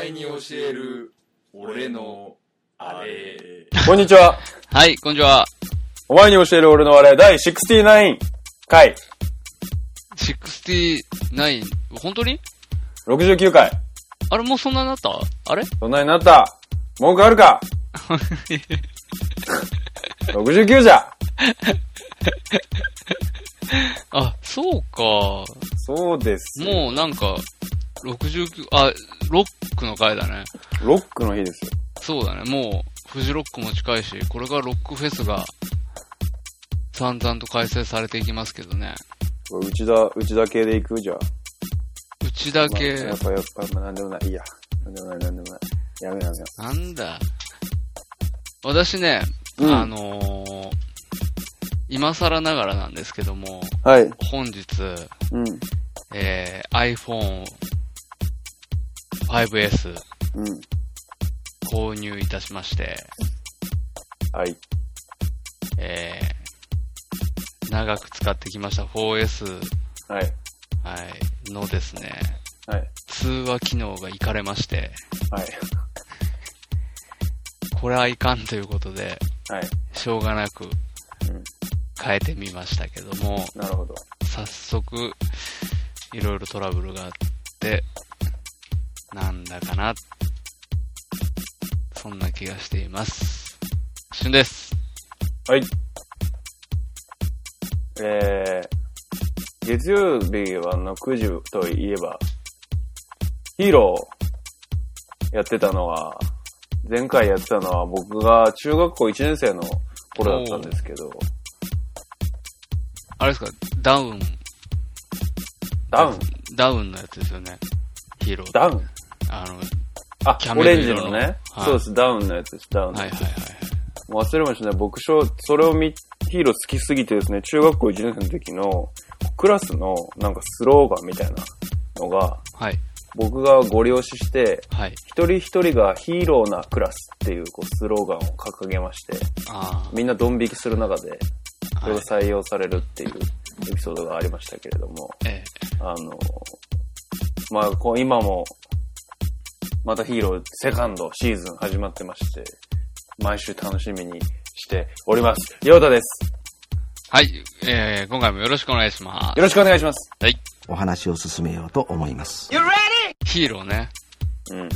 える俺のあれこんにちは。はい、こんにちは。お前に教える俺のあれ、第69回、 69、本当に69回。あれ、もうそんなになったあれそんなになった。文句ある か ?69 じゃ。あ、そうか。そうです。もうなんか、69、あ、ロックの回だね。ロックの日ですよ。そうだね、もう、フジロックも近いし、これからロックフェスが、散々と開催されていきますけどね。これ内田、内田系で行くじゃあ。うちだけ、まあやっぱ、やっぱ、まあ、なんでもない。いいや。なんでもない、なんでもない。やめようやめよなんだ。私ね、うんあのー今更ながらなんですけども、う。はい。本日、うん。えー、iPhone5S うん。購入いたしまして、はい。えー、長く使ってきました 4S、はい。はい、のですね、はい。通話機能がいかれまして、はい。これはいかんということで、はい。しょうがなくうん。変えてみましたけども、なるほど。早速、いろいろトラブルがあって、なんだかな、そんな気がしています。しゅんです。はい。えー、月曜日はあの9時といえば、ヒーローやってたのは、前回やってたのは僕が中学校1年生の頃だったんですけど、あれですか、ダウン、ダウンダウンのやつですよね。ヒーロー。ダウンあの、あキ、ャオメレルンジ色ののね。はいそうです、ダウンのやつです、ダウンのはいはやいつ。はいはい。もう忘れもしない。僕、しょそれを見、ヒーロー好きすぎてですね、中学校1年生の時の、クラスの、なんかスローガンみたいなのが、はい、僕がご利用しして、はい。一人一人がヒーローなクラスっていうこうスローガンを掲げまして、あみんなドン引きする中で、あ、そはれいが。採用されるっていうエピソードがありましたけれども、えあの、まあ、こう今も、またヒーローセカンドシーズン始まってまして、毎週楽しみにしております。ヨータです。ーはい、えー、今回もよろしくお願いしまよろしくお願いします。お話を進めようと思います。す。ヒーローね。うん。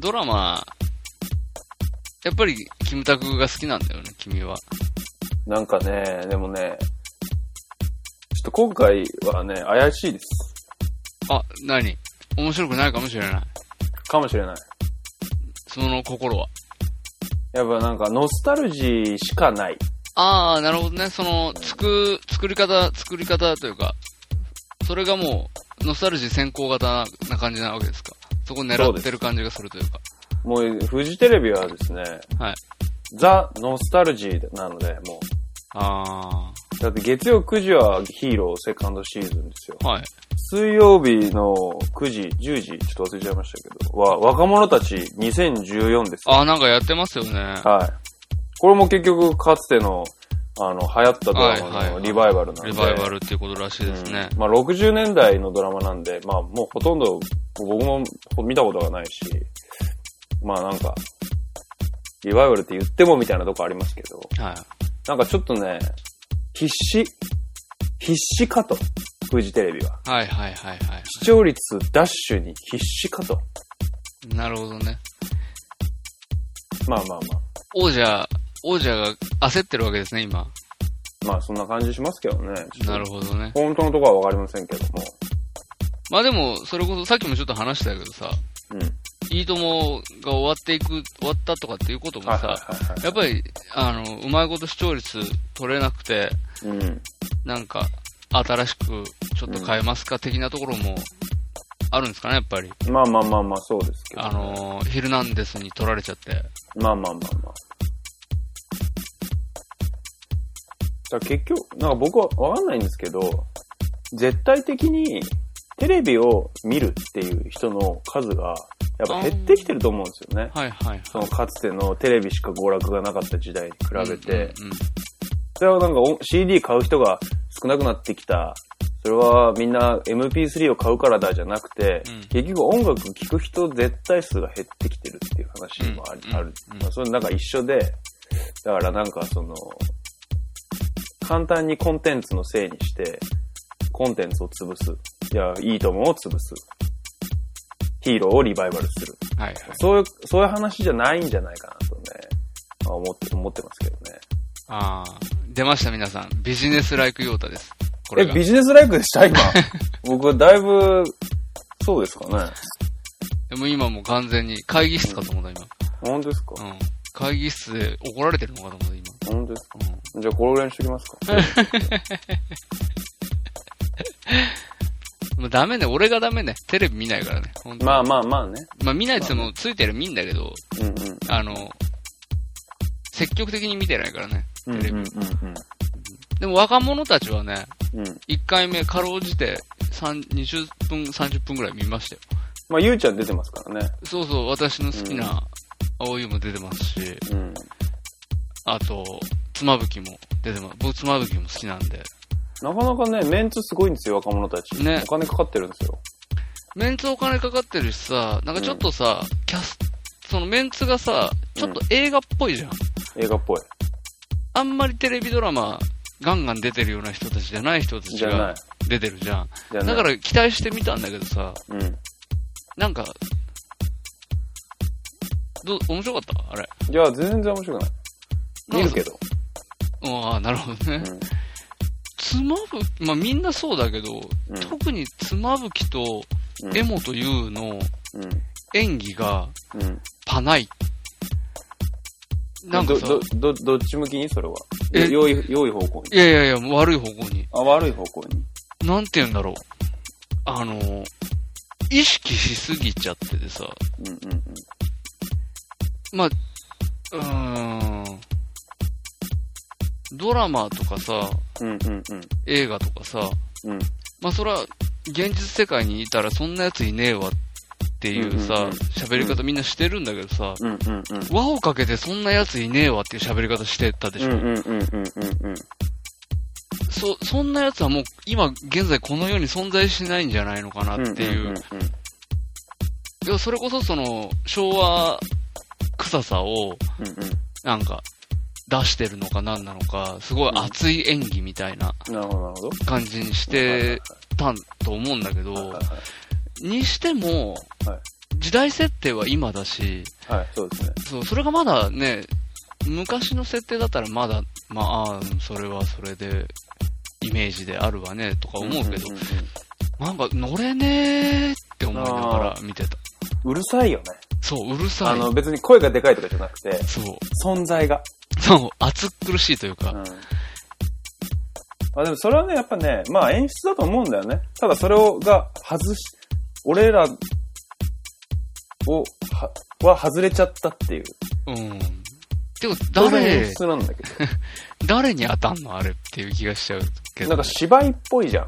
ドラマ、やっぱり、キムタクが好きなんだよね、君は。なんかね、でもね、ちょっと今回はね、怪しいです。あ、何面白くないかもしれない。かもしれない。その心は。やっぱなんかノスタルジーしかない。ああ、なるほどね。その、つく、作り方、作り方というか、それがもう、ノスタルジー先行型な感じなわけですか。そこ狙ってる感じがするというか。もう、フジテレビはですね、はい。ザ・ノスタルジーなので、もあう。だって月曜9時はヒーローセカンドシーズンですよ。あ、はい。水曜日の9時、10時、ちょっと忘れちゃいましたけど、は、若者たち2014ですよ。ああ、なんかやってますよね。はい。これも結局、かつての、あの、流行ったドラはいマはいのはいリバイバルなんで。リバイバルっていうことらしいですね。うんまあ、60年代のドラマなんで、まあ、もうほとんど僕も見たことがないし、まあなんか、リバイバルって言ってもみたいなとこありますけど、はい。なんかちょっとね、必死、必死かと、フジテレビは。はいはいはいは視聴率ダッシュに必死かと。い。なるほどね。まあまあま王者、王者が焦ってるわけですね、今。あ、まあそんな感じしますけどね。なるほどね。本当のところはわかりませんけども。まあでも、それこそさっきもちょっと話したけどさ、うん。いいともが終わっていく、終わったとかっていうこともはいさ、はいはい、はい。やっぱり、あの、うまいこと視聴率取れなくて、 うん。なんか、新しくちょっと変えますか的なところも、あるんですかね、やっぱり。まあまあまあまあ、そうですけど、ね。あのー、ヒルナンデスに取られちゃって。まあまあまあまあ。だから結局、なんか僕はわかんないんですけど、絶対的にテレビを見るっていう人の数がやっぱ減ってきてると思うんですよね。はいはいそはいの。かつてのテレビしか娯楽がなかった時代に比べて、うんうんうんそれはなんかお CD 買う人が少なくなってきた、それはみんな MP3 を買うからだじゃなくて、うん結局音楽聴く人絶対数が減ってきてるっていう話もあ,、うんあるうん。まあ、それなんか一緒で、だからなんかその、簡単にコンテンツのせいにして、コンテンツを潰す。いや、いいともを潰す。ヒーローをリバイバルする。はいはい。そういう、そういう話じゃないんじゃないかなとね、まあ思って、思ってますけどね。ああ、出ました皆さん。ビジネスライクヨータです。これえ、が。ビジネスライクで した今。僕、だいぶ、そうですかね。でも今もう完全に会議室かと思った今。本当ですか、うん。会議室で怒られてるのかと思った今。本当ですかうん。じゃあ、これぐらいにしときますか。もうダメね。俺がダメね。テレビ見ないからね。ほんとまあまあまあね。まあ見ないっつってもついてる見んだけど、うんうん。あの、積極的に見てないからね。うんうんうんでも若者たちはね、うん。うん。 1回目かろうじて3 20分、30分ぐらい見ましたよ。まあ、ゆうちゃん出てますからね。そうそう、私の好きな青いも出てますし、うん。あと、つまぶきも出てます。僕つまぶきも好きなんで。なかなかね、メンツすごいんですよ、若者たち。ねお金かかってるんですよ。メンツお金かかってるしさ、なんかちょっとさ、キャス、そのメンツがさ、ちょっと映画っぽいじゃん。映画っぽい。あんまりテレビドラマ、ガンガン出てるような人たちじゃない人たちじゃながい。出てるじゃん。じゃない。だから期待してみたんだけどさ、うん。なんか、どう、面白かったあれ。いや、全然面白くない。見るけど。ど。ああ、なるほどね。うんつまぶき、まあみんなそうだけど、うん特につまぶきとうん江本優のう演技がん。うん。パない。なんかさ、ど、ど、どどっち向きにそれは。え良い、良い方向に。いやいやいや、もう悪い方向に。あ、悪い方向に。なんて言うんだろう。あの、意識しすぎちゃっててさ、うんうんうん。まあ、うーん、ドラマとかさ、うんうんうん。映画とかさ、うんまあそら、現実世界にいたらそんなやついねえわっていううんうんさうん、喋、り方みんなしてるんだけどさ、うんうんうん。輪をかけてそんなやついねえわっていう喋り方してたでしうょ、んうんうんうんうんうん。そ、そんなやつはもう今現在この世に存在しないんじゃないのかなっていう。んんんいやそれこそその、昭和臭さを、うんうんなんか、出してるのか何なのか、すごい熱い演技みたいななるほど、なるほど。感じにしてたんと思うんだけどはい、にしてもはい、時代設定は今だし、はい、はい、そうですね。そう、それがまだね、昔の設定だったらまだ、まあ、あーそれはそれで、イメージであるわね、とか思うけどんんん、なんか乗れねーって思いながら見てた。うるさいよね。そう、うるさあい。の、別に声がでかいとかじゃなくて、そう。存在が。そう、暑苦しいといううか、ん。あ、でもそれはね、やっぱね、まあ演出だと思うんだよね。ただそれを、が外し、俺らを、は、は外れちゃったっていう。うん。てか、当然演誰、出なんだけど。誰に当たんのあれっていう気がしちゃうけど。なんか芝居っぽいじゃん。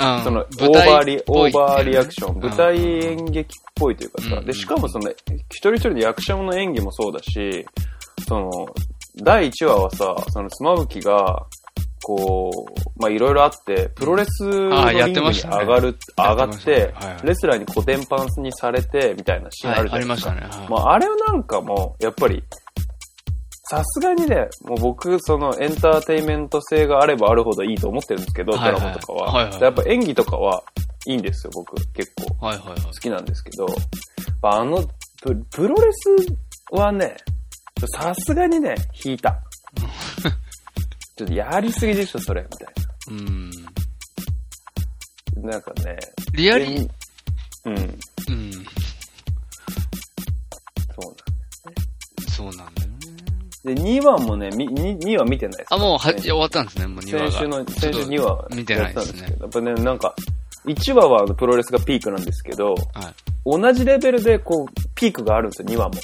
うんその、オ舞ー台バーリ、っオぽいーバーリアクショうン。ん舞台演劇っぽいというかうさ。んで、しかもその、一人一人の役者の演技もそうだし、その、第1話はさ、その、スマブキが、こう、まあ、いろいろあって、プロレスのあーリやンっグてにまし上たねがる、上がやってっましたねてはいは、いレスラーにコテンパンスにされて、みたいなシーンあるじゃはい、あないでりますしか。たね。はいまあ、あれなんかも、やっぱり、さすがにね、もう僕、そのエンターテインメント性があればあるほどいいと思ってるんですけど、ドはいはいラマとかはいはは。いでやっぱ演技とかはいいんですよ、僕。結構好はいはいはい。きなんですけど、まああのプ、プロレスはね、さすがにね、引い た。ちょっとやりすぎでしょ、それ、みたいうん。な。なんかね、リアリ、うん、うん。そうそうなんだよね。なんで、2話もね、2話見てないですあ、もうは、先週終わったんですね、もう庭先が。週の、ちょっ先と週2話見てないですねやってたんですけどやっぱね、なんか、1話はあのプロレスがピークなんですけど、はい。同じレベルでこう、ピークがあるんですよ、2話も。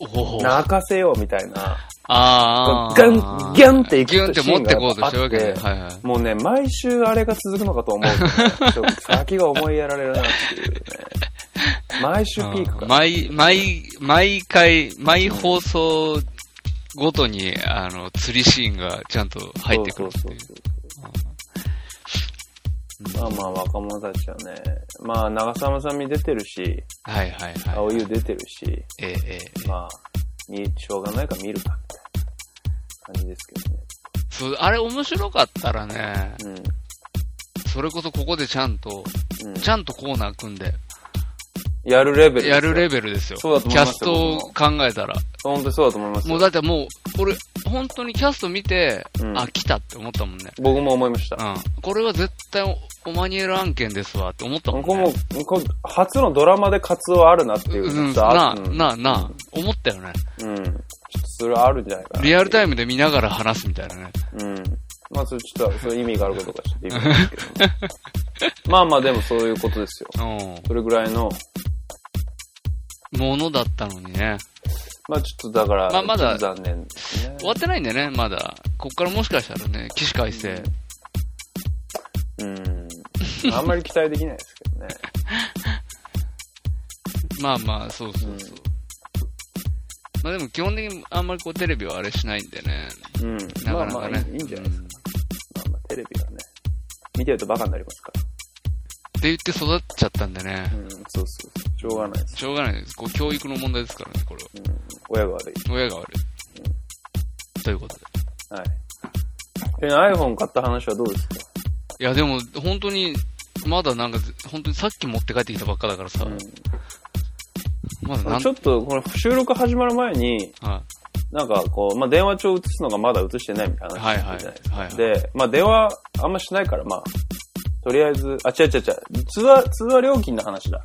おお。泣かせようみたいな。ああ。ガンギャンって行くギュンって持ってこシーうとンがやっぱあっしててるわけね。はいはい。もうね、毎週あれが続くのかと思う とね、ちょっと先が思いやられるなっていうね。毎週ピークうんが。毎、毎、毎回、毎放送ごとに、あの、釣りシーンがちゃんと入ってくるっていう。そうそうそううんうんまあまあ若者たちはね、まあ長澤まさみ出てるし、はいはいはい。青湯出てるし、ええええまあ、に、しょうがないから見るかみたいな感じですけそう、あれ面白かったらね、どね。それこそここでちゃんと、うん。うん。ちゃんとコーナー組んで、やるレベルですよ。やるレベルですよ。そうだと思キいまャすよストを考えたら。本当にそうだと思いますよ。もうだってもう、俺、本当にキャスト見て、うんあ、来たって思ったもんね。僕も思いましたう。ん。これは絶対お、オマニエル案件ですわって思ったもんね。僕も、こ初のドラマで活動あるなっていううん、さなあ、うんなあ、なあ、思ったよね。うん。ちょっとそれはあるんじゃないかな。リアルタイム。ムで見ながら話すみたいなね。うん。まあ、それちょっと、それ意味があることかちょっと意味ないですけど。 まあまあ、でもそういうことですよ。うそれぐらいの、ん。ものだったのにね。まあちょっとだから、まあまだちょっと残念ですね。終わってないんだよね、まだ。こっからもしかしたらね、起死回生。うん。あんまり期待できないですけどね。まあまあ、そうそうそう。まあでも基本的にあんまりこうテレビはあれしないんでね。うん。なまかあなまかあ、いね。いんじゃないですか。まうんあまあ、テレビはね。見てるとバカになりますかって言って育っちゃったんでねら。。うん、そうそうそう。しょうがないです。しょうがないです。こう教育の問題ですからね、これは。うん。親が悪い。親が悪い。ということで。はい。ちなみに iPhone 買った話はどうですかいやでも、本当に、まだなんか、本当にさっき持って帰ってきたばっかだからさ、うまだなんん、ちょっと、この収録始まる前に、はなんかこう、まあ、電話帳を移すのがまだ移してないみたいな話してたじゃないですか。はいはいで、まあ、電話あんましないから、まあ、とりあえず、あ、違う違う違う、通話、通話料金の話だ。い、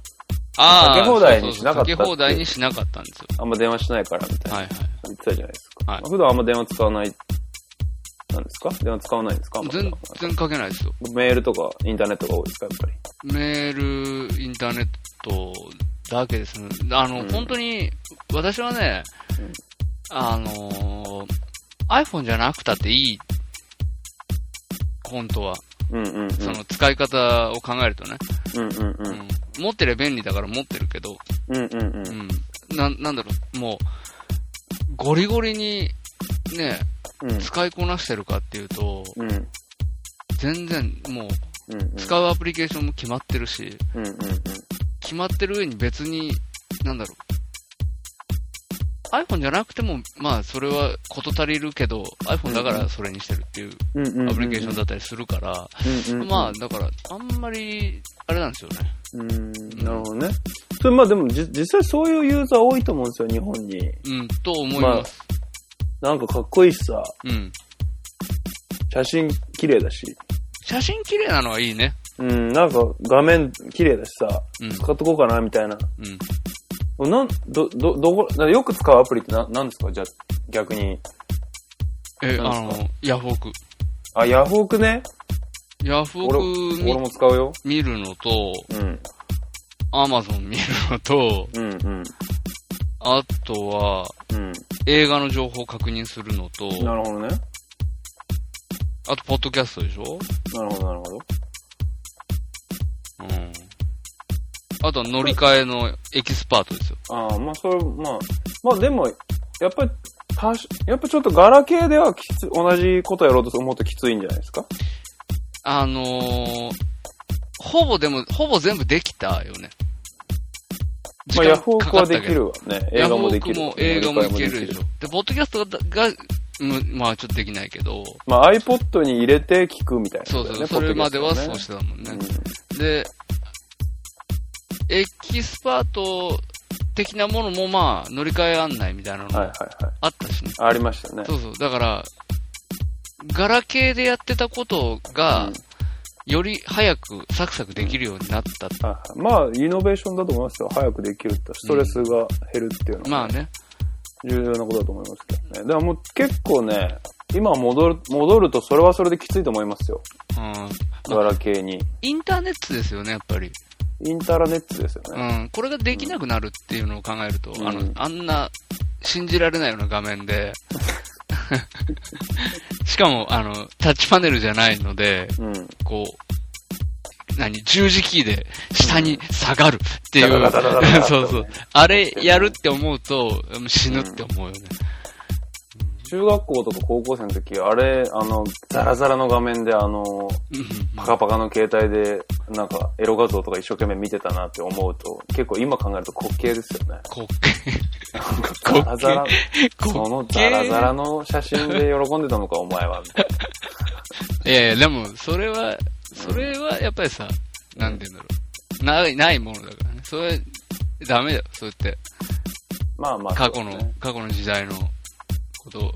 ああ、かけ放題にしなかったってそうそうそうかけ放題にしなかったんですよ。あんま電話しないから、みたいな。はいはい。言ってたじゃないですか。はいまあ普段あんま電話使わない、なんですか電話使わないんですかあんま全然かけないですよ。メールとかインターネットが多いですかやっぱり。メール、インターネットだけですね。あうの、ん本当に、私はね、うんあのー iPhone じゃなくたっていい。本当は。うんうんうん。その使い方を考えるとね。うんうんう。うんん持ってりゃ便利だから持ってるけど、うんうんうんう。ん。な、なんだろう、もう、ゴリゴリに、ね、うん使いこなしてるかっていうと、うんうん全然もう、うん。使うアプリケーションも決まってるし、うんうんうん。決まってる上に別に、なんだろう。iPhone じゃなくても、まあ、それは事足りるけど、iPhone だからそれにしてるっていううんうんうん。アプリケーションだったりするから、うんうんうん。まあ、だから、あんまり、あれなんですよね。うん、なるほどね。それまあでもじ実際そういうユーザー多いと思うんですよ、日本に。うん、と思います。なんかかっこいいしさ、うん。写真綺麗だし、写真綺麗なのはいいね。うん、なんか画面綺麗だしさ、うん。使っとこうかな、みたいな。うん。なん、ど、ど、どこ、なよく使うアプリってな、なんですかじゃあ、逆に。え、あ何ですの、ヤフオク。あ、ヤフオクね。ヤフオ俺、ク俺見も使うよ。見るのと、うん。アマゾン見るのと、うん、うん、あとは、うん。映画の情報を確認するのと、なるほどね。あと、ポッドキャストでしょなるほど、なるほど。うん。あとは乗り換えのエキスパートですよ。ああ、まあ、それ、まあ、まあでも、やっぱり、たし、やっぱちょっとガラケーではきつ、同じことやろうと思うときついんじゃないですかあのー、ほぼでも、ほぼ全部できたよね。まあ、ヤフオクは時間でかかったきるわけどね。映画もできる。ヤフオクも映画もいけ乗るり換えでしょ。で、ポッドキャストが、がむまあちょっとできないけど、まあ、iPod に入れて聞くみたいなそこうとだそよう、ね、それまではそうポッドキャしスてたもんトねね。で、エキスパート的なものもまあ乗り換え案内みたいなうんはいのはいはい。あったしね。ありましたね。そうそう、だから、ガラケーでやってたことが、うんより早くサクサクできるようになった。あまあ、イノベーションだと思いますよ。早くできるって、ストレスが減るっていうのまあは、ね。重要なことだと思いますけどね。だからもう結構ね、今戻る、戻るとそれはそれできついと思いますよ。うん。ガラケーに。インターネットですよね、やっぱり。インターネットですようね。ん。これができなくなるっていうのを考えると、うんあの、あんな、信じられないような画面で、 しかも、あの、タッチパネルじゃないので、うん。こう、何、十字キーで下に下がるっていう、ダダダダダダ ダそうそう。あれやるって思うと、死ぬって思うよね。中学校とか高校生の時、あれ、あの、ザラザラの画面で、あの、パカパカの携帯で、なんか、エロ画像とか一生懸命見てたなって思うと、結構今考えると滑稽ですよね。滑ザラザラ、稽。その滑稽ザラザラの写真で喜んでたのか、お前は。いやいや、でも、それは、それはやっぱりさ、なんて言うんだろう。ない、ないものだからね。それ、ダメだよ。そうやって、まあまあ、過去のそうね、過去の時代のことを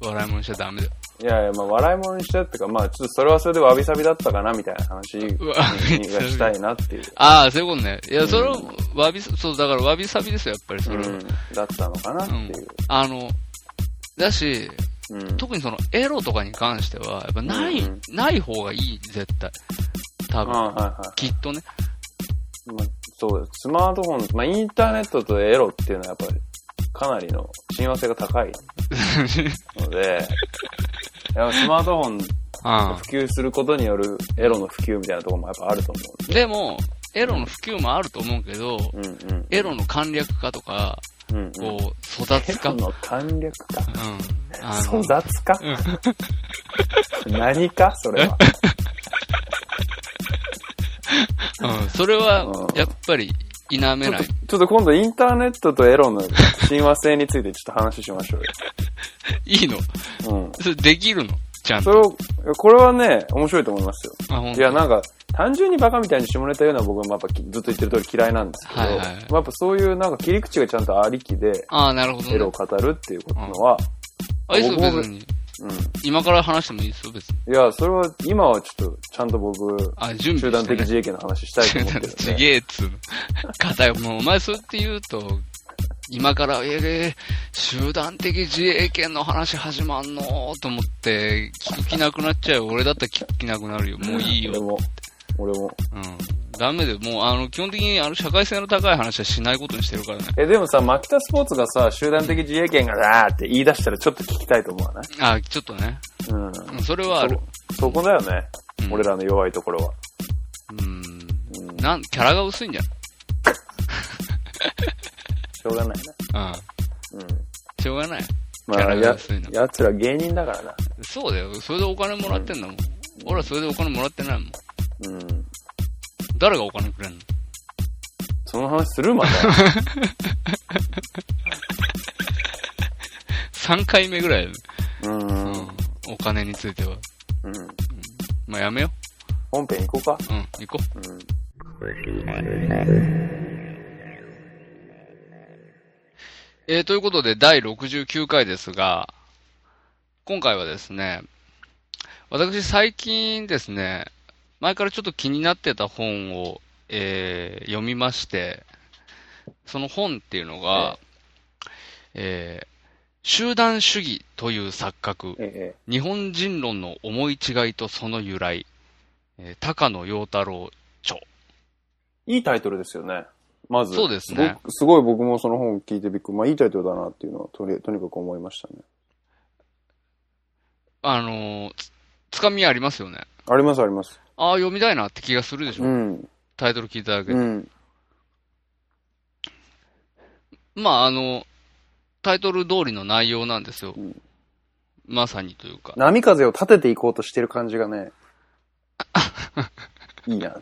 笑い物にしちゃダメだよ。いやいや、まあ、笑い物にしちゃうっていうか、まあ、ちょっとそれはそれでわびさびだったかな、みたいな話にうわがしたいなっていう。ああ、そういうことね。いや、それをう、わびさ、そう、だからわびさびですよ、やっぱりそうれは。ん、だったのかなっていう。あの、だし、うん。特にそのエロとかに関しては、やっぱない、うんない方がいい、絶対。多あ分。はいはい。きっとね。 まあ、そうです。スマートフォン、まあ、インターネットとエロっていうのはやっぱり、かなりの親和性が高いの で、やっぱスマートフォンう普及することによるエロの普及みたいなところもやっぱあると思ん。でも、エロの普及もあると思うけど、う。うんうん。エロの簡略化とか、うんうん、こう、育エつか。ロうん。の簡略化。あの粗雑化何かそれは。うん。それはう、んやっぱり、否めない。ちょっと今度インターネットとエロの親和性についてちょっと話しましょいいのうよ。うん。それできるのちゃんそと。れを、これはね、面白いと思いますよ。あ、ほんいや、なんか、単純にバカみたいに下ネタ言うのは僕もやっぱきずっと言ってる通り嫌いなんですけど、はいはいまあやっぱそういうなんか切り口がちゃんとありきで、ああ、なるほどエロをね。語るっていうことのは、あ、いいっすよ、僕も別に。うん。今から話してもいいですよ、別に。いや、それは、今はちょっと、ちゃんと僕、あ、準集備団して、ね。的自衛権の話したいと思ってるん ちで。げえっつうの。硬い。もうお前そうやって言うと、今から、ええ集団的自衛権の話始まんのと思って、聞く気なくなっちゃうよ。俺だったら聞く気なくなるよ。もういいよ。俺も、俺も。うん。ダメで、もうあの、基本的にあの、社会性の高い話はしないことにしてるからね。え、でもさ、マキタスポーツがさ、集団的自衛権がだーって言い出したらちょっと聞きたいと思わないあ、ちょっとね。うん。うんそれはある。そそこだよね、うん俺らの弱いところは。うん。うん。しなん、キャラが薄いんじゃょうがないね。ないうん。うん。しょうがない。まキャあ、ラがや薄いな、奴ら芸人だからな。そうだよ。それでお金もらってんだもん。俺はそれでお金もらってないもん。うん。誰がお金くれんのその話するま で。 3回目ぐらいだよねうん。お金については。うん。まあやめよ本編行こうか。う。うん、行こう。うん。えー、ということで、第69回ですが、今回はですね、私最近ですね、前からちょっと気になってた本を、えー読みまして、その本っていうのが、えー集団主義という錯覚。え日本人論の思い違いとその由来、えー高野陽太郎著。え。いいタイトルですよね。まず。そうですねごくすごい僕もその本聞いてびっくり。まあいいタイトルだなっていうのはとり、とにかく思いましたね。あのーつ、つかみありますよね。ありますあります。ああ、読みたいなって気がするでしょ。うん。タイトル聞いただけうで。ん。まあ、あの、タイトル通りの内容なんですよ。うんまさにというか。波風を立てていこうとしてる感じが ね。いいな。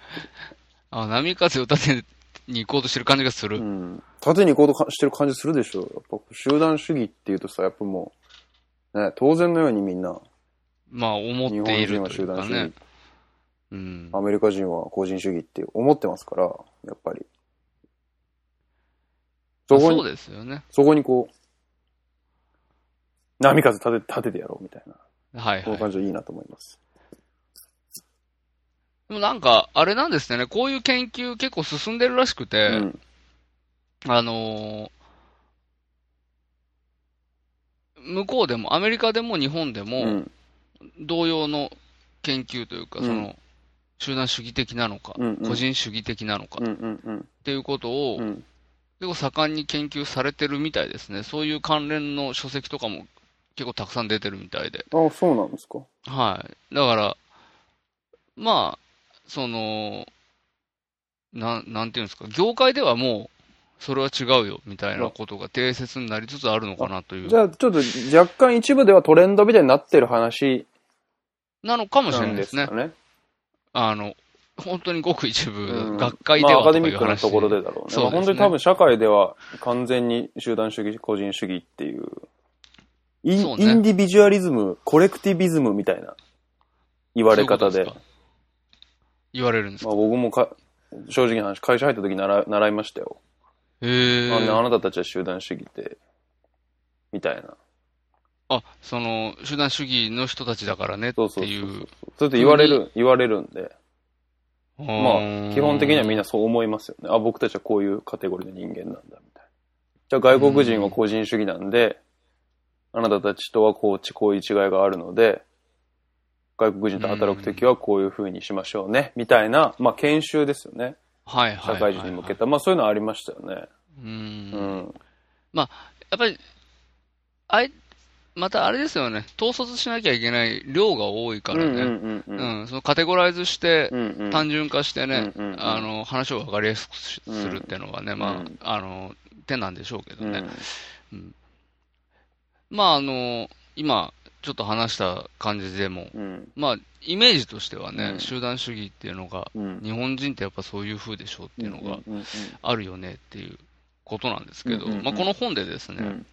あ波風を立てに行こうとしてる感じがすうる。ん。立てに行こうとかしてる感じするでしょ。やっぱ集団主義っていうとさ、やっぱもう、ね、当然のようにみんな、まあ、思日ってい本人はるとい集う団か主義ね。うん。アメリカ人は個人主義って思ってますから、やっぱり。そこそうに、ですよね。そこにこう、波風立て立ててやろうみたいな、はいこはのい。感じはいいなと思います。でもなんか、あれなんですね。こういう研究結構進んでるらしくて、うん。あのー向こうでも、アメリカでも日本でうも、ん。同様の研究というか、うんその、集団主義的なのか、うんうん個人主義的なのかうんうんうんっていうことをう、ん。結構盛んに研究されてるみたいですね。そういう関連の書籍とかも結構たくさん出てるみたいで。あ、そうなんですか。はい。だから、まあ、その、なん、なんていうんですか、業界ではもう、それは違うよ、みたいなことが定説になりつつあるのかなというじ。ゃあ、ちょっと若干一部ではトレンドみたいになってる話なのかもしれなないんでですすねか。ね。あの、本当にごく一部、うん学会でまあ、はアカとかデいミう話。ックなところでだろうね。そうまであ本すね当に多分社会では完全に集団主義、個人主義っていう、インそうねインディビジュアリズム、コレクティビズムみたいな言われ方そうで、いうことすか言われるんですまかあ、僕もか正直な話、会社入った時習い習いましたよ。へあねあーなたたちは集団主義って、みたいな。あ、その、集団主義の人たちだからねっそうそうてそういそうう。。そうやって言われる、言われるんで。まうーあ、ん基本的にはみんなそう思いますよね。あ、僕たちはこういうカテゴリーの人間なんだ、みたいな。じゃあ外国人は個人主義なんで、あなたたちとはこう、こういう違いがあるので、外国人と働くときはこういうふうにしましょうね、みたいな、まあ研修ですよね。はいは社いはいはい会人に向けた。まあそういうのありましたよね。うーんうん。やっぱり、あい、またあれですよね、統率しなきゃいけない量が多いかうんらうんうね、んう。うんん、そのカテゴライズしてうんうん。単純化してね、うんうんうんあの、話を分かりやすくしうんするっていうのがね、まうんあ、あの、手なんでしょうけどうんね。まあ、あの、今、ちょっと話した感じでも、うん。まあ、イメージとしてはねう、ん集団主義っていうのが、うん。日本人ってやっぱそういう風でしょうっていうのがうんうんあるよねっていうことなんですけど、うんうんうんまあ、この本でですね、うんうん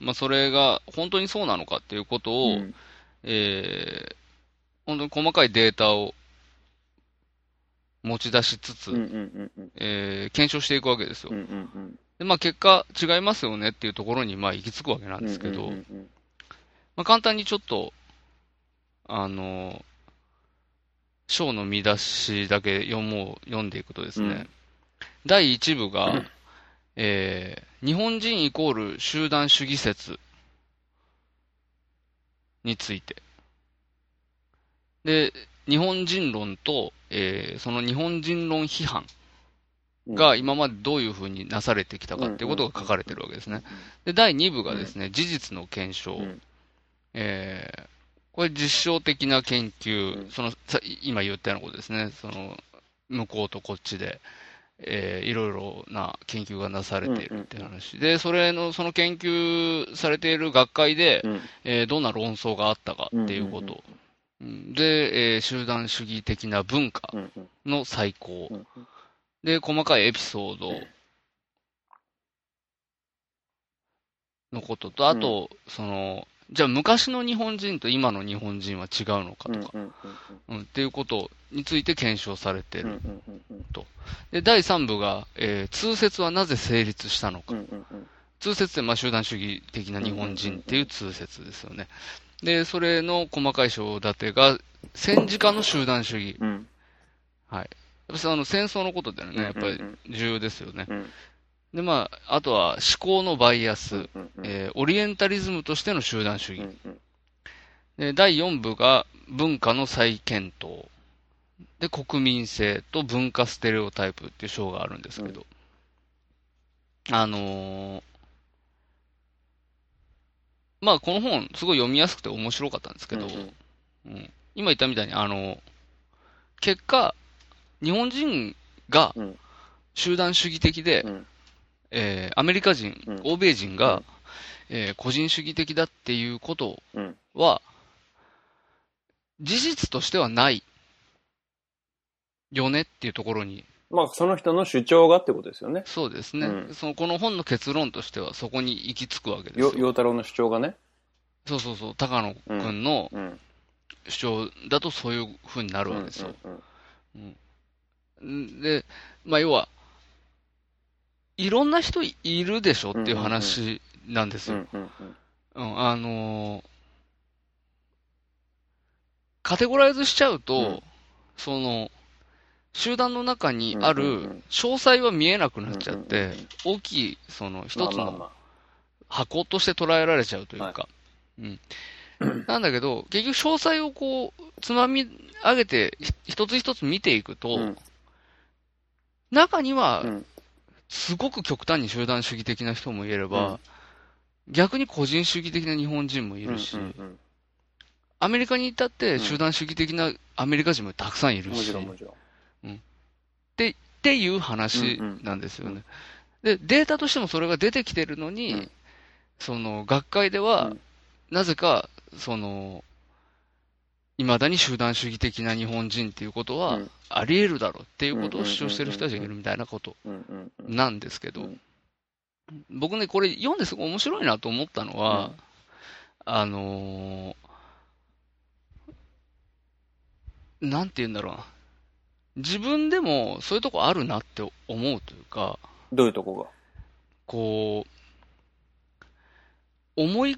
まあ、それが本当にそうなのかっていうことうを、んえー本当に細かいデータを持ち出しつつ、うんうんうんえー検証していくわけですよ。うんうんうんで、まあ、結果違いますよねっていうところに、まあ、行き着くわけなんですけうど、んうんうんうんまあ、簡単にちょっと、あの、章の見出しだけ読もう、読んでいくとですね、うん第1部が、えー日本人イコール集団主義説について。で、日本人論と、えーその日本人論批判が今までどういうふうになされてきたかっていうことが書かれてるわけですね。で、第2部がですね、事実の検証。うんえーこれ実証的な研究、うんそのさ今言ったようなことですね、その向こうとこっちで、えーいろいろな研究がなされているっていう話、でそれのその研究されている学会で、うんえーどんな論争があったかっていうこと、うんで、えー集団主義的な文化うんうんの再考、うんで細かいエピソードのことと、あと、そのじゃあ昔の日本人と今の日本人は違うのかとか、うんうんうんっていうことについて検証されてうんる。うんうんうんで、第3部が、えー通説はなぜ成立したのか。うんうんうん通説って、まあ、集団主義的な日本人っていう通説ですよね。で、それの細かい章立てが、戦時下の集団主義。うんやっぱりあの戦争のことだよね、やっぱり重要ですよね。うんで、まあ、あとは思考のバイアス、うんうんえーオリエンタリズムとしての集団主義う。んうんで第4部が文化の再検討で国民性と文化ステレオタイプっていう章があるんですけど、あのーまあこの本すごい読みやすくて面白かったんですけど、うんうんうん今言ったみたいにあの結果日本人がうん集団主義的で、うんえーアメリカ人、うん欧米人が、うんえー個人主義的だっていうことうんは、事実としてはないよねっていうところに、まあその人の主張がってことですよね。そうですね、うんそのこの本の結論としてはそこに行き着くわけですよよ。陽太郎の主張がね。そうそうそう、高野君のうん主張だとそういうふうになるわけですよ。うんうんで、まあ、要は、いろんな人いるでしょっていう話なんですうよ。んうんうんうんあのーカテゴライズしちゃうと、うんその、集団の中にあうんうんうるん詳細は見えなくなっちゃって、うんうん大きい、その、一まつあまあのまあ箱として捉えられちゃうというか、うん。なんだけど、結局詳細をこう、つまみ上げて、ひ一つ一つ見ていくと、うん中にはうん、すごく極端に集団主義的な人もいれうばん、逆に個人主義的な日本人もいるし、うんうんアメリカに行ったってん集団主義的なアメリカ人もたくさんいうんるもちし、ろんっもちろん。ていう話なんですよね。うんうで、データとしてもそれが出てきてるのに、うんその、学会では、うんなぜか、その、未だに集団主義的な日本人っていうことはうん、あり得るだろうっていうことを主張してる人たちがいるみたいなことうんうんうん。なんですけど、うん僕ね、これ読んですごい面白いなと思ったのは、あのーなんて言うんだろうな。自分でもそういうとこあるなって思うというか、どういうとこがこう、思い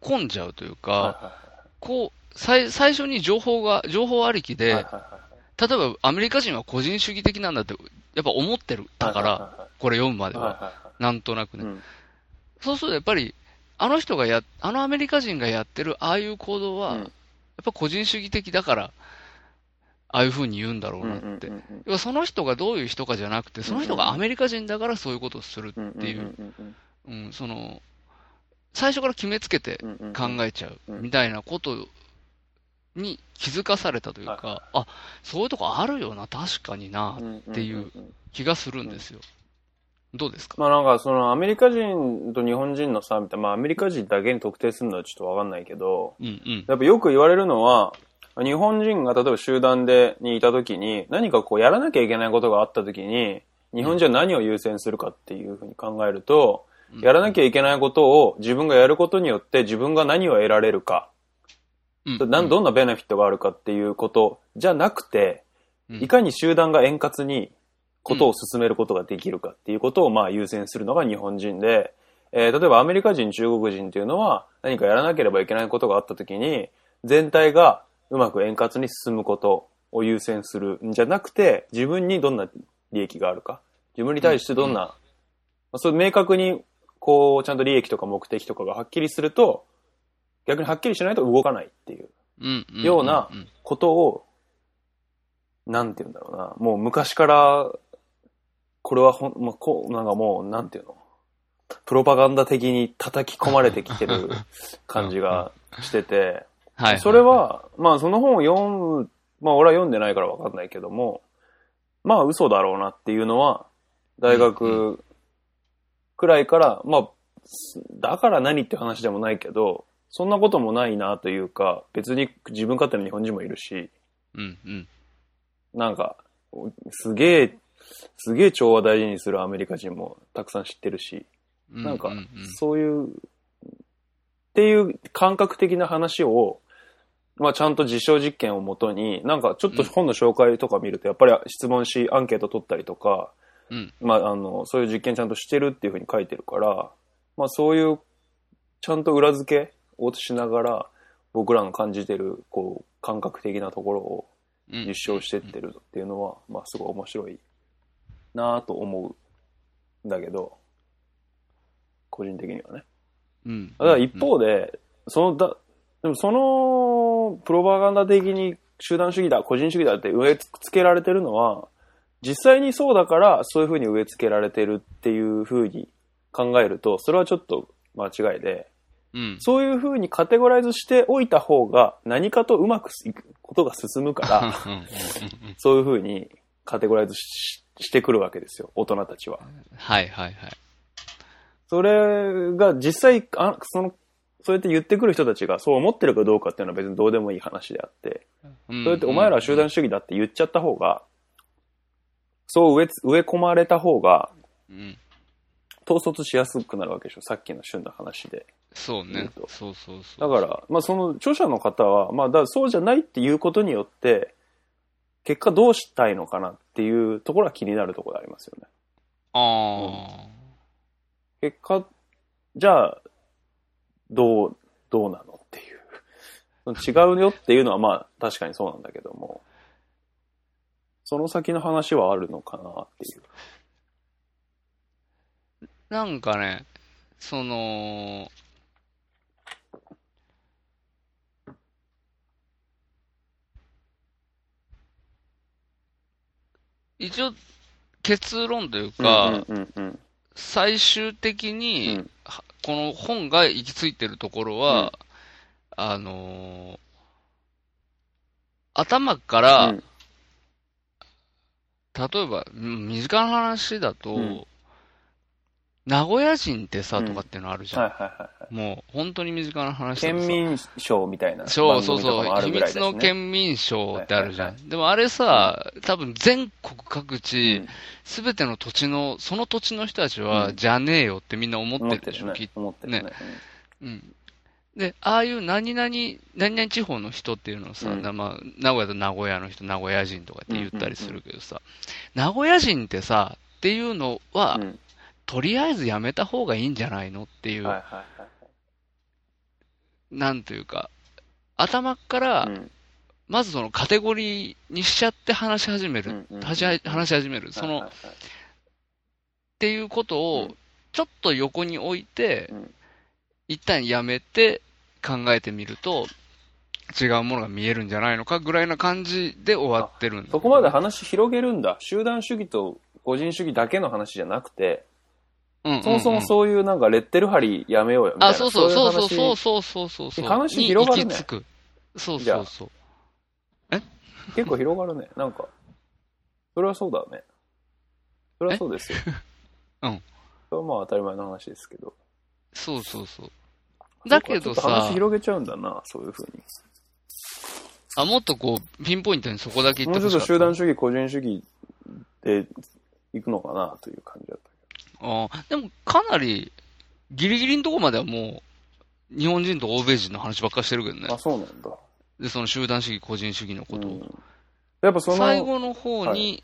込んじゃうというか、こう、最最初に情報が、情報ありきいで、例えばアメリカ人は個人主義的なんだって、やっぱ思ってる。だから、これ読むまではいはいは。なんとなくねはい。う。んそうするとやっぱり、あの人がや、あのアメリカ人がやってるああいう行動は、うんやっぱ個人主義的だから、ああいうふうに言うんだろううんなっうんて。要はその人がどういう人かじゃなくて、その人がアメリカ人だからそういうことをするうんっていう、うんうんうん、その、最初から決めつけてうんうんうん考えちゃううんみたいなことに気づかされたというか、あ、そういうとこあるよな、確かにな、っていうんんんん気がするんですよ。どうですかまあなんかそのアメリカ人と日本人の差みたいな、まあアメリカ人だけに特定するのはちょっとわかんないけど、うんうん。やっぱよく言われるのは、日本人が例えば集団でにいた時に何かこうやらなきゃいけないことがあった時に、日本人は何を優先するかっていうふうに考えると、やらなきゃいけないことを自分がやることによって自分が何を得られるか、うんなどんなベネフィットがあるかっていうことじゃなくて、うんいかに集団が円滑にことを進めることができるかっていうことをまあ優先するのが日本人で、えー例えばアメリカ人、中国人っていうのは何かやらなければいけないことがあった時に、全体がうまく円滑に進むことを優先するんじゃなくて、自分にどんな利益があるか、自分に対してどんな、まあそう明確にこうちゃんと利益とか目的とかがはっきりすると、逆にはっきりしないと動かないっていう。うんんんんようなことを、なんて言うんだろうな、もう昔から、これはほん、まあ、こう、なんかもう、なんていうの、プロパガンダ的に叩き込まれてきてる感じがしてて、はいはい。それは、まあその本を読む、まあ俺は読んでないからわかんないけども、まあ嘘だろうなっていうのは、大うん学くらいから、まあ、すだから何って話でもないけど、そんなこともないなというか、別に自分勝手な日本人もいるし、うんうん。なんか、おすげえ、すげえ調和大事にするアメリカ人もたくさん知ってるし、うなんかうう、そういう、っていう感覚的な話を、まあちゃんと実証実験をもとに、なんかちょっと本の紹介とか見ると、やっぱり質問し、アンケート取ったりとか、うんまああの、そういう実験ちゃんとしてるっていうふうに書いてるから、まあそういう、ちゃんと裏付けをしながら、僕らの感じてる、こう、感覚的なところをうん実証してってるっていうのは、まあすごい面白いなぁと思うんだけど、個人的にはね。うん。だから一方で、そのだ、でもその、プロパガンダ的に集団主義だ、個人主義だって植え付けられてるのは、実際にそうだからそういうふうに植え付けられてるっていうふうに考えると、それはちょっと間違いで、うん、そういうふうにカテゴライズしておいた方が何かとうまくいくことが進むから、うんうんうんうんそういうふうにカテゴライズししてくるわけですよ、大人たちは。はいはいはい。それが実際、あそのそうやって言ってくる人たちがそう思ってるかどうかっていうのは別にどうでもいい話であって、そうやってお前らは集団主義だって言っちゃった方が、そう植えつ植え込まれた方がうん、うん統率しやすくなるわけでしょ、さっきの旬の話で。そう言ねうと。そうそうそう。だから、まあ、その著者の方は、まあ、だそうじゃないっていうことによって、結果どうしたいのかなっていうところは気になるところでありますよね。あ結果、じゃあ、どう、どうなのっていう。違うよっていうのはまあ確かにそうなんだけども、その先の話はあるのかなっていう。あ。なんかね、その、一応、結論というか、うんうんうん最終的に、うんはこの本が行き着いてるところは、あのー頭から、うん例えば、うん身近な話だと、うん名古屋人ってさ、うんとかっていうのあるじゃん。はいはいはい。もう、本当に身近な話でさ県民賞みたいなそう番そう組とそかもう、あ秘るぐらい密ですね。の県民賞ってあるじゃはいはん。でもあれさ、多分全国各地うん、すべての土地の、その土地の人たちは、うんじゃねえよってみんな思っ思てっるでてしるょ、きねっ。と思ってるね。ねうん。で、ああいう何々、何々地方の人っていうのをさ、うんなまあ、名古屋と名古屋の人、名古屋人とかって言ったりするけどさ、名古屋人ってさ、っていうのは、うんとりあえずやめた方がいいんじゃないのっていうんう、はいはいはいなんというか、頭から、うんまずそのカテゴリーにしちゃって話し始める。うんうんはじ話し始める。その、はいっはいはいていうことうをん、ちょっと横に置いて、うん一旦やめて考えてみると、違うものが見えるんじゃないのかぐらいな感じで終わってるんだそこまで話広げるんだ。集団主義と個人主義だけの話じゃなくて、うんうんうんそもそもそういうなんかレッテル貼りやめようよみたいな。あ、そうそう、いそ話うそう、そうそう、そうそう、そう。話広がるねに行き着く。そうじゃそうあそう。。結構広がるね。なんか、それはそうだね。それはそうですよ うん。それはまあ当たり前の話ですけど。そうそうそう。だけそどうかちょっとさ話、広げちゃうんだな、そういうふうに。あ、もっとこう、ピンポイントにそこだけ言っもうてちょほっとしかった。集団主義、個人主義で行くのかなという感じだったああ、でもかなり、ギリギリのとこまではもう、日本人と欧米人の話ばっかりしてるけどけど。ねあ、。そうなんだ。で、その集団主義、個人主義のことうんを。やっぱその、最は後の方はに、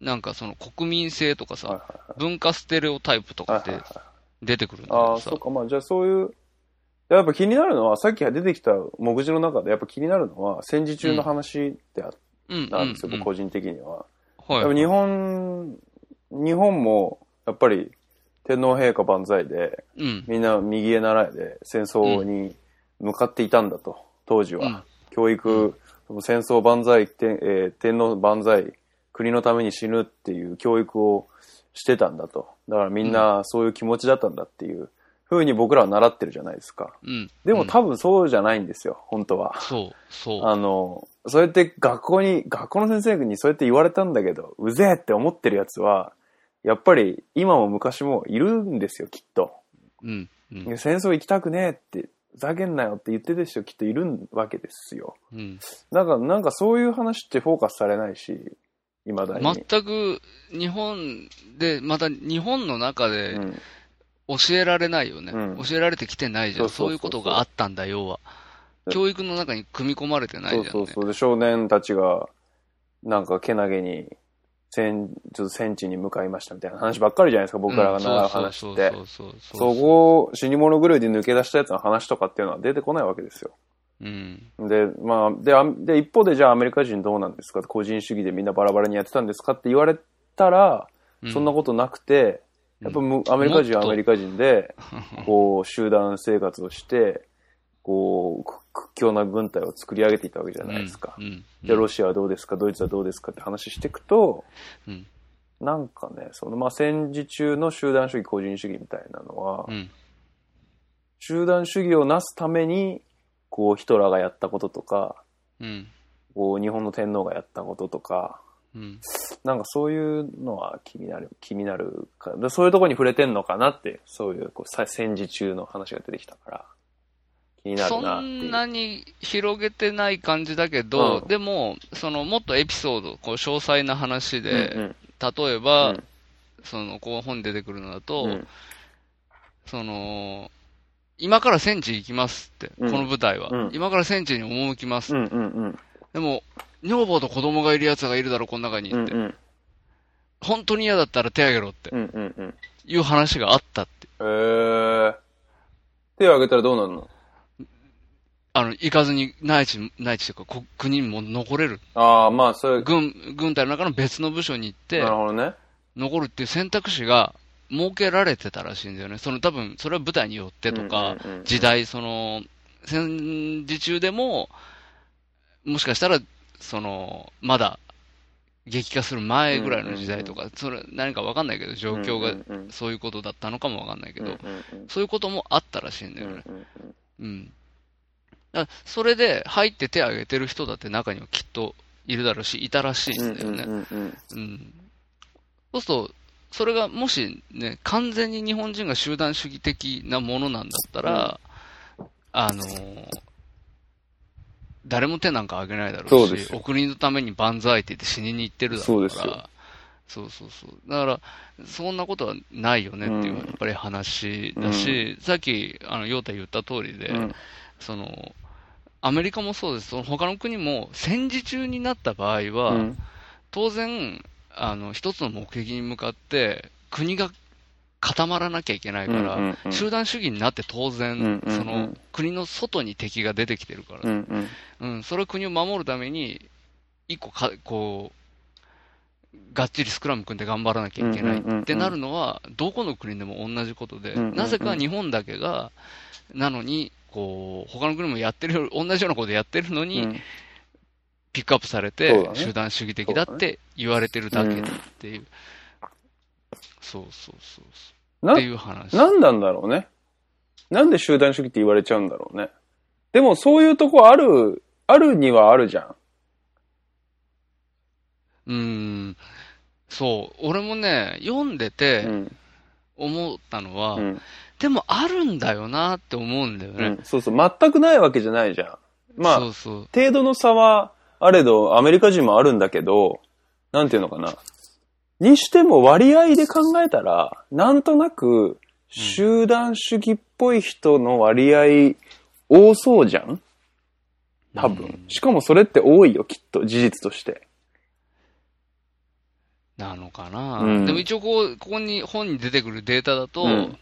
なんかその国民性とかいはいさ、は文化ステレオタイプといかっはいはいて出てくるんだけあどあ、さそ。うか、まあ、じゃあそういう、やっぱ気になるのは、さっき出てきた目次の中で、やっぱ気になるのは、戦時中の話であっうん、うん、たうんですよ、僕ん。個人的には。はいやっぱ日本、日本も、やっぱり、天皇陛下万歳で、うん。みんな右へ習えで、戦争に向かっていたんだと、当時は。うん教育、戦争万歳、天えー天皇万歳、国のために死ぬっていう教育をしてたんだと。だからみんなそういう気持ちだったんだっていうふうに僕らは習ってるじゃないですか。うん。でもうん多分そうじゃないんですよ、本当は。そう、そう。あの、そうやって学校に、学校の先生にそうやって言われたんだけど、うぜえって思ってるやつは、やっぱり今も昔もいるんですよ、きっと。うん、ういん、や戦争行きたくねえって、ふざけんなよって言ってる人きっといるわけですよ。うん。なんか、なんかそういう話ってフォーカスされないし、いまだに。全く、日本で、また日本の中でうん、教えられないよね。うん教えられてきてないじゃん。そうそうそうそうそういうことがあったんだ、要は。うん教育の中に組み込まれてないじそゃんうね。そうそう。で、少年たちが、なんか、けなげに、戦、ちょっと戦地に向かいましたみたいな話ばっかりじゃないですか、僕らが習う話うんってそ。うそうそうそうそそうこを死に物狂いで抜け出したやつの話とかっていうのは出てこないわけですよ。うん。で、まあ、で、あで一方でじゃあアメリカ人どうなんですか個人主義でみんなバラバラにやってたんですかって言われたら、うんそんなことなくて、やっぱむアメリカ人はアメリカ人 で、こう、集団生活をして、こう、く屈強な軍隊を作り上げていたわけじゃないですかう。ん。で、ロシアはどうですか、ドイツはどうですかって話していくと、うんなんかね、その、まあ、戦時中の集団主義、個人主義みたいなのは、うん。集団主義をなすために、こう、ヒトラーがやったこととか、うん。こう、日本の天皇がやったこととか、うん。なんかそういうのは気になる、気になるか、でそういうところに触れてんのかなって、そういう、こう、さ戦時中の話が出てきたから、気になるそなっていうんなに広げてない感じだけど、うんでも、そのもっとエピソード、こう詳細な話で、うんうん例えば、うんそのこう本に出てくるのだと、うんその今から戦地行きますって、うんこの舞台は、うん今から戦地に赴きます、うんうんうんでも、女房と子供がいるやつがいるだろ、この中にって、うんうん本当に嫌だったら手あげろってうんうんうんいう話があったって、えー、手を挙げたらどうなるのあの行かずに内地、内地というか、こ国にも残れる、ああ、まあ、そういう、軍軍隊の中の別の部署に行ってなる、ほどね。残るっていう選択肢が設けられてたらしいんだよね、その多分それは舞台によってとか、うんうんうん時代、その戦時中でも、もしかしたらそのまだ激化する前ぐらいの時代とか、それ何か分かんないけど、状況うんがうんうんそういうことだったのかも分かんないけど、うんうんうんそういうこともあったらしいんだよね。うんうんうんうん、だからそれで入って手を挙げてる人だって中にはきっといるだろうし、いたらしいんだよね。うんうんうんうん、そうすると、それがもしね、完全に日本人が集団主義的なものなんだったら、あのー誰も手なんか挙げないだろうそうでし、すよお国のために万歳って言って死にに行ってるだろうかそうですら、そうそうそう。だから、そんなことはないよねっていう、うんやっぱり話だし、さっき、あの、ヨ太言った通りで、うんその、アメリカもそうです。その他の国も戦時中になった場合は、うん当然、あの、一つの目的に向かって、国が固まらなきゃいけないかうんうんら、うん集団主義になって当然、うんうんうんその、国の外に敵が出てきてるから、うんうんうん、それは国を守るために、一個か、こう、がっちりスクラム組んで頑張らなきゃいけないうんうんうんうんってなるのは、どこの国でも同じことで、うんうんうんなぜか日本だけが、なのに、こう、他の国もやってるよ、同じようなことやってるのうに、んピックアップされそうてだ、ね集団主義的だって言われてるだけっていう、そうそうそうそう、なっていう話。なんなんだろうね。なんで集団主義って言われちゃうんだろうね。でもそういうとこある、あるにはあるじゃん。うん、そう、俺もね、読んでてうん。思ったのは、うん。でもあるんだよなって思うんだようね。んそうそう。全くないわけじゃないじゃん。まあそ、うそう。程度の差はあれど、アメリカ人もあるんだけど、なんていうのかな。にしても割合で考えたら、なんとなく集団主義っぽい人の割合多そうじゃん多分。しかもそれって多いよ、きっと、事実として。なのかな、うんでも一応こう、ここに、本に出てくるデータだと、うん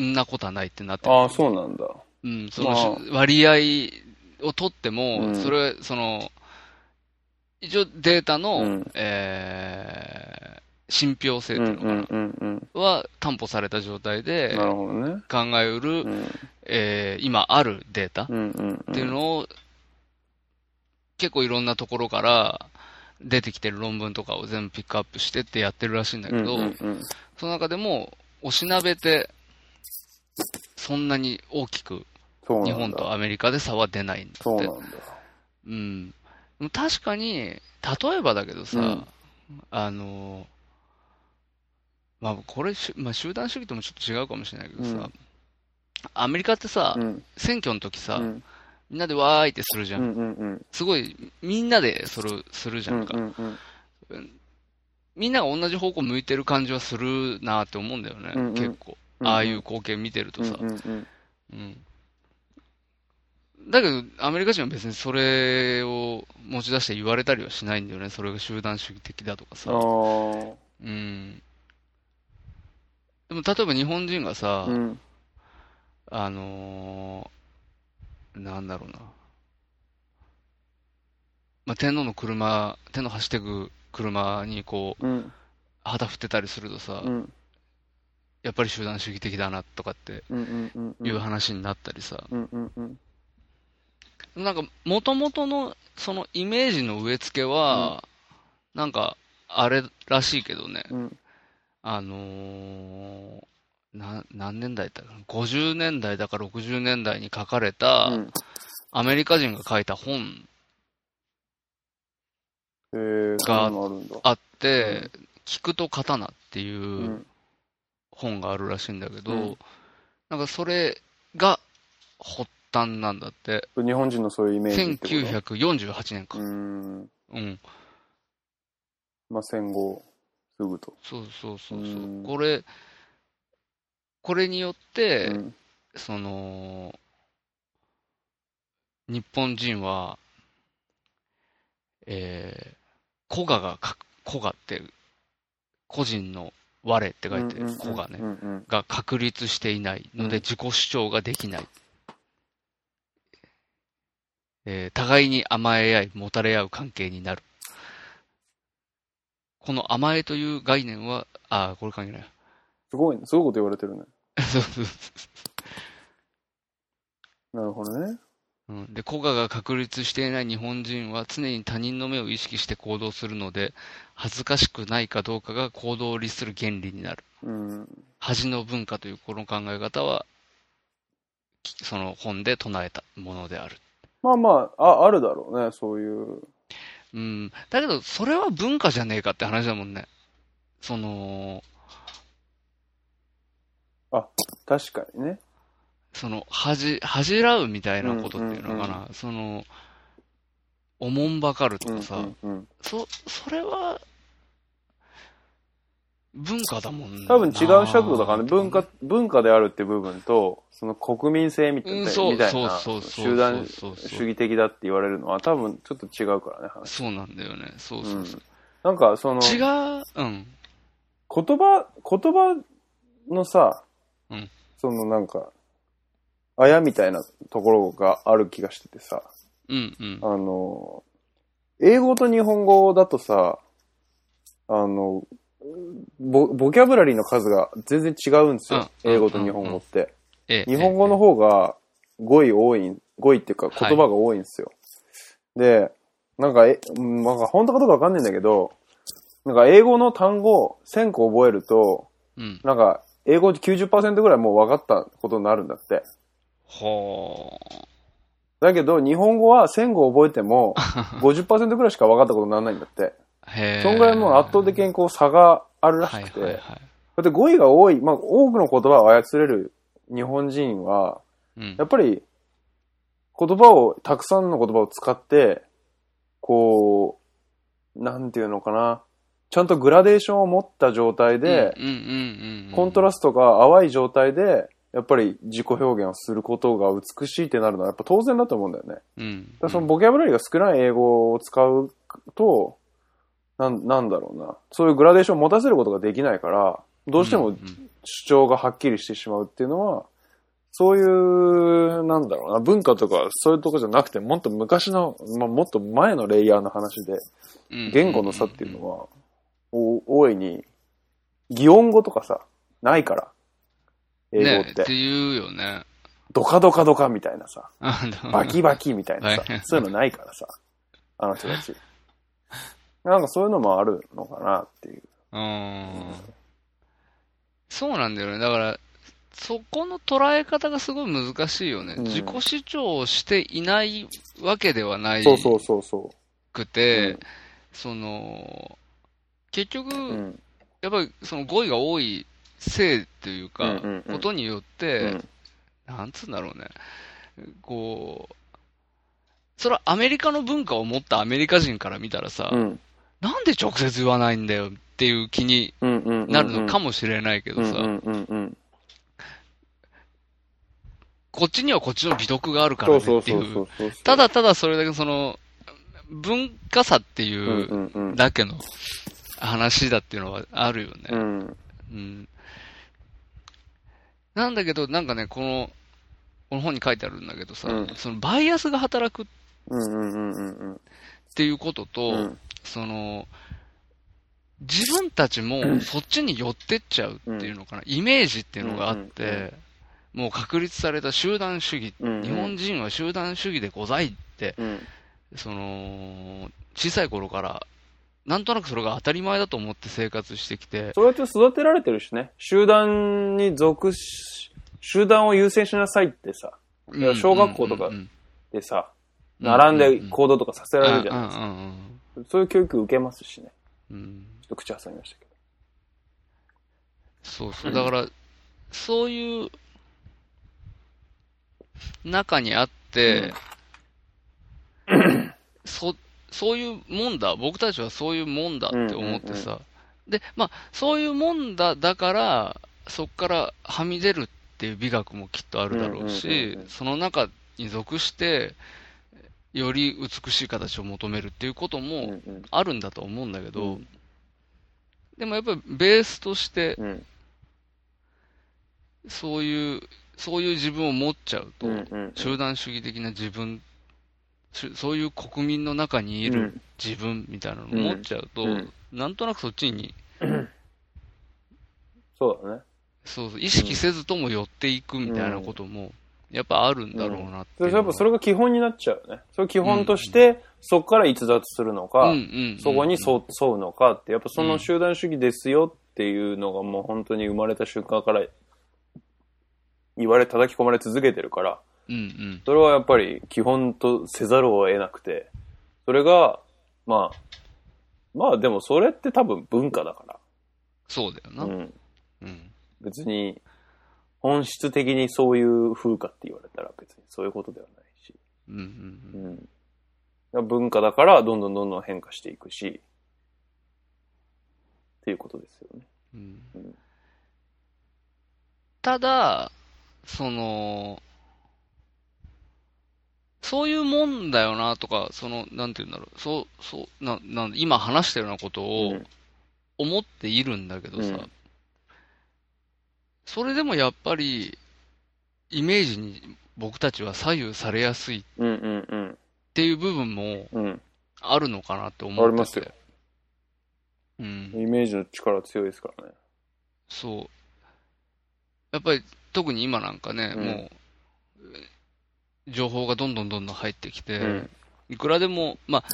んなことはないってなってるああ、そうなんだ。うん、その、まあ割合を取っても、うんそれ、その、一応データの、うんえー信憑性うっんてういうのかんうな、んうん。は担保された状態でなるほどね。考えうる、うんえー今あるデータうんうん。っていうのを、結構いろんなところから出てきてる論文とかを全部ピックアップしてってやってるらしいんだけど、うんうんうんその中でも、おしなべて、そんなに大きくそうなんだ。日本とアメリカで差は出ないんだそうっなんて。だ。うん、でも確かに、例えばだけどさ、うんあの、まあ、これし、まあ、集団主義ともちょっと違うかもしれないけどさ、うんアメリカってさ、うん選挙の時さ、うんみんなでわーいってするじゃ。うんんうんうん。すごい、みんなでそれをするじゃんか。うんうんみんなが同じ方向向いてる感じはするなって思うんだよね、うんうん結構。うんああいう光景見てるとさ。うんうんうんうんだけど、アメリカ人は別にそれを持ち出して言われたりはしないんだよね。それが集団主義的だとかあさ。あ。うん。でも、例えば日本人がさ、うんあのーなんだろうな。まあ、天皇の車、天皇走ってく車にこう、うん旗振ってたりするとさ、うんやっぱり集団主義的だなとかってうんうんうんうんいう話になったりさ、うんうんうんなんか元々のそのイメージの植え付けは、なんかあれらしいけどね、うんあのーな何年代だったかな50年代だか60年代に書かれた、うんアメリカ人が書いた本えーがそんなのあるんだあって、聞くと刀っていう本があるらしいんだけど、うんなんかそれが発端なんだって、うん日本人のそういうイメージってこと1948年か。うーんうん。まあ戦後すぐとそうそうそうそうう。んこれ、これによって、うんその、日本人は、えー、古賀が書く、古賀って、個人の我って書いて、うんうん古賀ねう、んうんが確立していないのうでん自己主張ができない。えー互いに甘え合い、もたれ合う関係になる。この甘えという概念は、ああ、これ関係ない。 すごいねすごいこと言われてるねそうそうそうなるほどねうん、で、古賀が確立していない日本人は常に他人の目を意識して行動するので、恥ずかしくないかどうかが行動を律する原理になる。うん恥の文化というこの考え方は、きその本で唱えたものである。まあまあああるだろうねそういううん。だけど、それは文化じゃねえかって話だもんね。その、あ、確かにね。その、恥じ、恥じらうみたいなことっていうのかな。うんうその、おもんばかるとうんかさ、うんうんそ、それは、文化だもんな。多分違う尺度だからね、文化、文化であるって部分と、その国民性みたいな、うんそうみたいそうなそうそう集団そうそう主義的だって言われるのは多分ちょっと違うからね、話。そうなんだよね。そうそうそう。なんかその、違言う、うん。葉、言葉のさ、うんそのなんか、あやみたいなところがある気がしててさ、うんうん。あの、英語と日本語だとさ、あの、ボボキャブラリーの数が全然違うんですよ。うん英語と日本語って。ええ日本語の方が語彙多い、語彙っていうか言葉が多いんですよ。で、なんか、え、うんなんか本当かどうかわかんないんだけど、なんか英語の単語1000個覚えると、うん。なんか英語90%ぐらいもう分かったことになるんだって。ほだけど日本語は1000個覚えて も50%ぐらいしか分かったことにならないんだって。ー。へえ。そんぐらいもう圧倒的にこう差があるらしくて。はいはいはい。だって語彙が多い、まあ多くの言葉を操れる日本人は、うんや。っぱり言葉を、たくさんの言葉を使って、こう、なんていうのかな。ちゃんとグラデーションを持った状態で、うんうんうんうん。コントラストが淡い状態で、やっぱり自己表現をすることが美しいってなるのはやっぱ当然だと思うんだよね。うんだからそのボキャブラリーが少ない英語を使うと、なんなんだろうな。そういうグラデーションを持たせることができないから、どうしてうんもうん主張がはっきりしてしまうっていうのは、そういう、なんだろうな、文化とかそういうとこじゃなくて、もっと昔の、まあ、もっと前のレイヤーの話で、うん言語の差っていうのは、お大いに、擬音語とかさ、ないから、英語ねっってて。いうよね。ドカドカドカみたいなさ、あのバキバキみたいなさはい、そういうのないから さ、あの人たち。なんかそういうのもあるのかなっていう。うん。そうなんだよね。だから、そこの捉え方がすごい難しいよね。うん自己主張をしていないわけではないそうそうそうそくう。て、その、結局、うんうんやっぱりその語彙が多いせいというか、うんうんうんことによっうて、んなんつうんだろうね。こう、それはアメリカの文化を持ったアメリカ人から見たらさ、うんなんで直接言わないんだよっていう気にうんうんうんなるのかもしれないけどさ、うんうんうんうんこっちにはこっちの美徳があるかそらうそねうってい。そうそううそう。ただただそれだけその、文化差ってういんううんうん、だけの話だっていうのはあるよね。うんうん。なんだけど、なんかね、この、この本に書いてあるんだけどさ、うんそのバイアスが働くっうんうんうんうんていうことと、うんうんその、自分たちもそっちに寄ってっちゃうっていうのかな、イメージっていうのがあって、うんうんもう確立された集団主義、うんうん日本人は集団主義でございって、うんその、小さい頃から、なんとなくそれが当たり前だと思って生活してきて、そうやって育てられてるしね集団に属し集団を優先しなさいってさうんいや小学校とかうんうんでさうん並んで行動とかさせうんられるじゃないですか、うんうんそういう教育受けますしねうんうんちょっと口挟みましたけそうそうんう。だから、そういう中にあって、そ、そういうもんだ、僕たちはそういうもんだって思ってさ。で、まあ、そういうもんだ、だから、そこからはみ出るっていう美学もきっとあるだろううんうんしうんう、んその中に属して、より美しい形を求めるっていうことどもうんあるんだと思うんだけうどん、でもやっぱりベースとして、うんうんそういう、そういう自分を持っちゃうと、うんうん集団主義的な自分、しゅそういう国民の中にいる自分みたいなのを持っちゃうと、うんうんなんとなくそっちに、そうだねそうそう、意識せずとも寄っていくみたいなことも、やっぱあるんだろうなってそいれうやのっは。ぱそれが基本になっちゃうよねそれ基本としてそこから逸脱するのか、うんうんうんそこに沿沿うのかって、やっぱその集団主義ですよっていうのがもう本当に生まれた瞬間から言われ、叩き込まれ続けてるから、うんうん。それはやっぱり基本とせざるを得なくて、それが、まあ、まあでもそれって多分文化だかそうだよな。ら、ううん。ん、別に本質的にそういう風かって言われたら別にそういうことではないし。うんうんううんん。だから文化だからどんどんどんどん変化していくし、っていうことですよね。うんうんただ、その、そういうもんだよなとか、その、なんて言うんだろう、そう、そう、な、なん、今話したようなことうをん思っているんだけどさ、うんそれでもやっぱり、イメージに僕たちは左右されやすいっうんうんていう部分もうん。うん。あるのかなって思ってて。ありますようん。イメージの力強いですからね。そう。やっぱり特に今なんかね、うんもう、えー情報がどんどんどんどん入ってきて、うんいくらでも、まあ、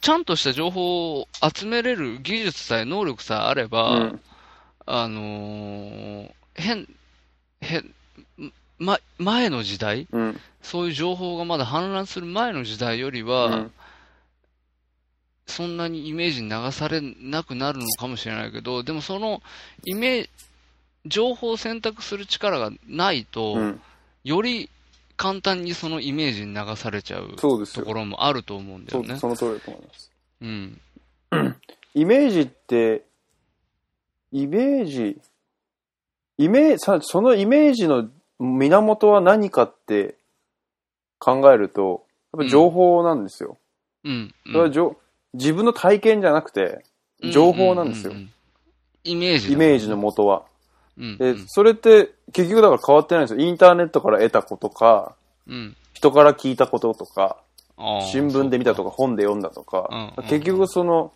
ちゃんとした情報を集めれる技術さえ能力さえあれば、うんあのー変、変、ま、前の時代、うん。そういう情報がまだ氾濫する前の時代よりうは、ん。そんなにイメージに流されなくなるのかもしれないけど、でもそのイメージ、情報を選択する力がないと、うん。より簡単にそのイメージに流されちゃうそうですとよこ。ろもあると思うんだそようね。その通りだと思います。うん。イメージって、イメージ、イメージ、さそのイメージの源は何かって考えると、やっぱ情報なんですよ。うん。それはじょ自分の体験じゃなくて、情報なんですよ。うううイメージだイもんね。メージの元は。うん。うでん、それって結局だから変わってないんですよ。インターネットから得たことか、うん。人から聞いたこととか、あー新聞で見たとか、本で読んだとうんうんかうん、結局その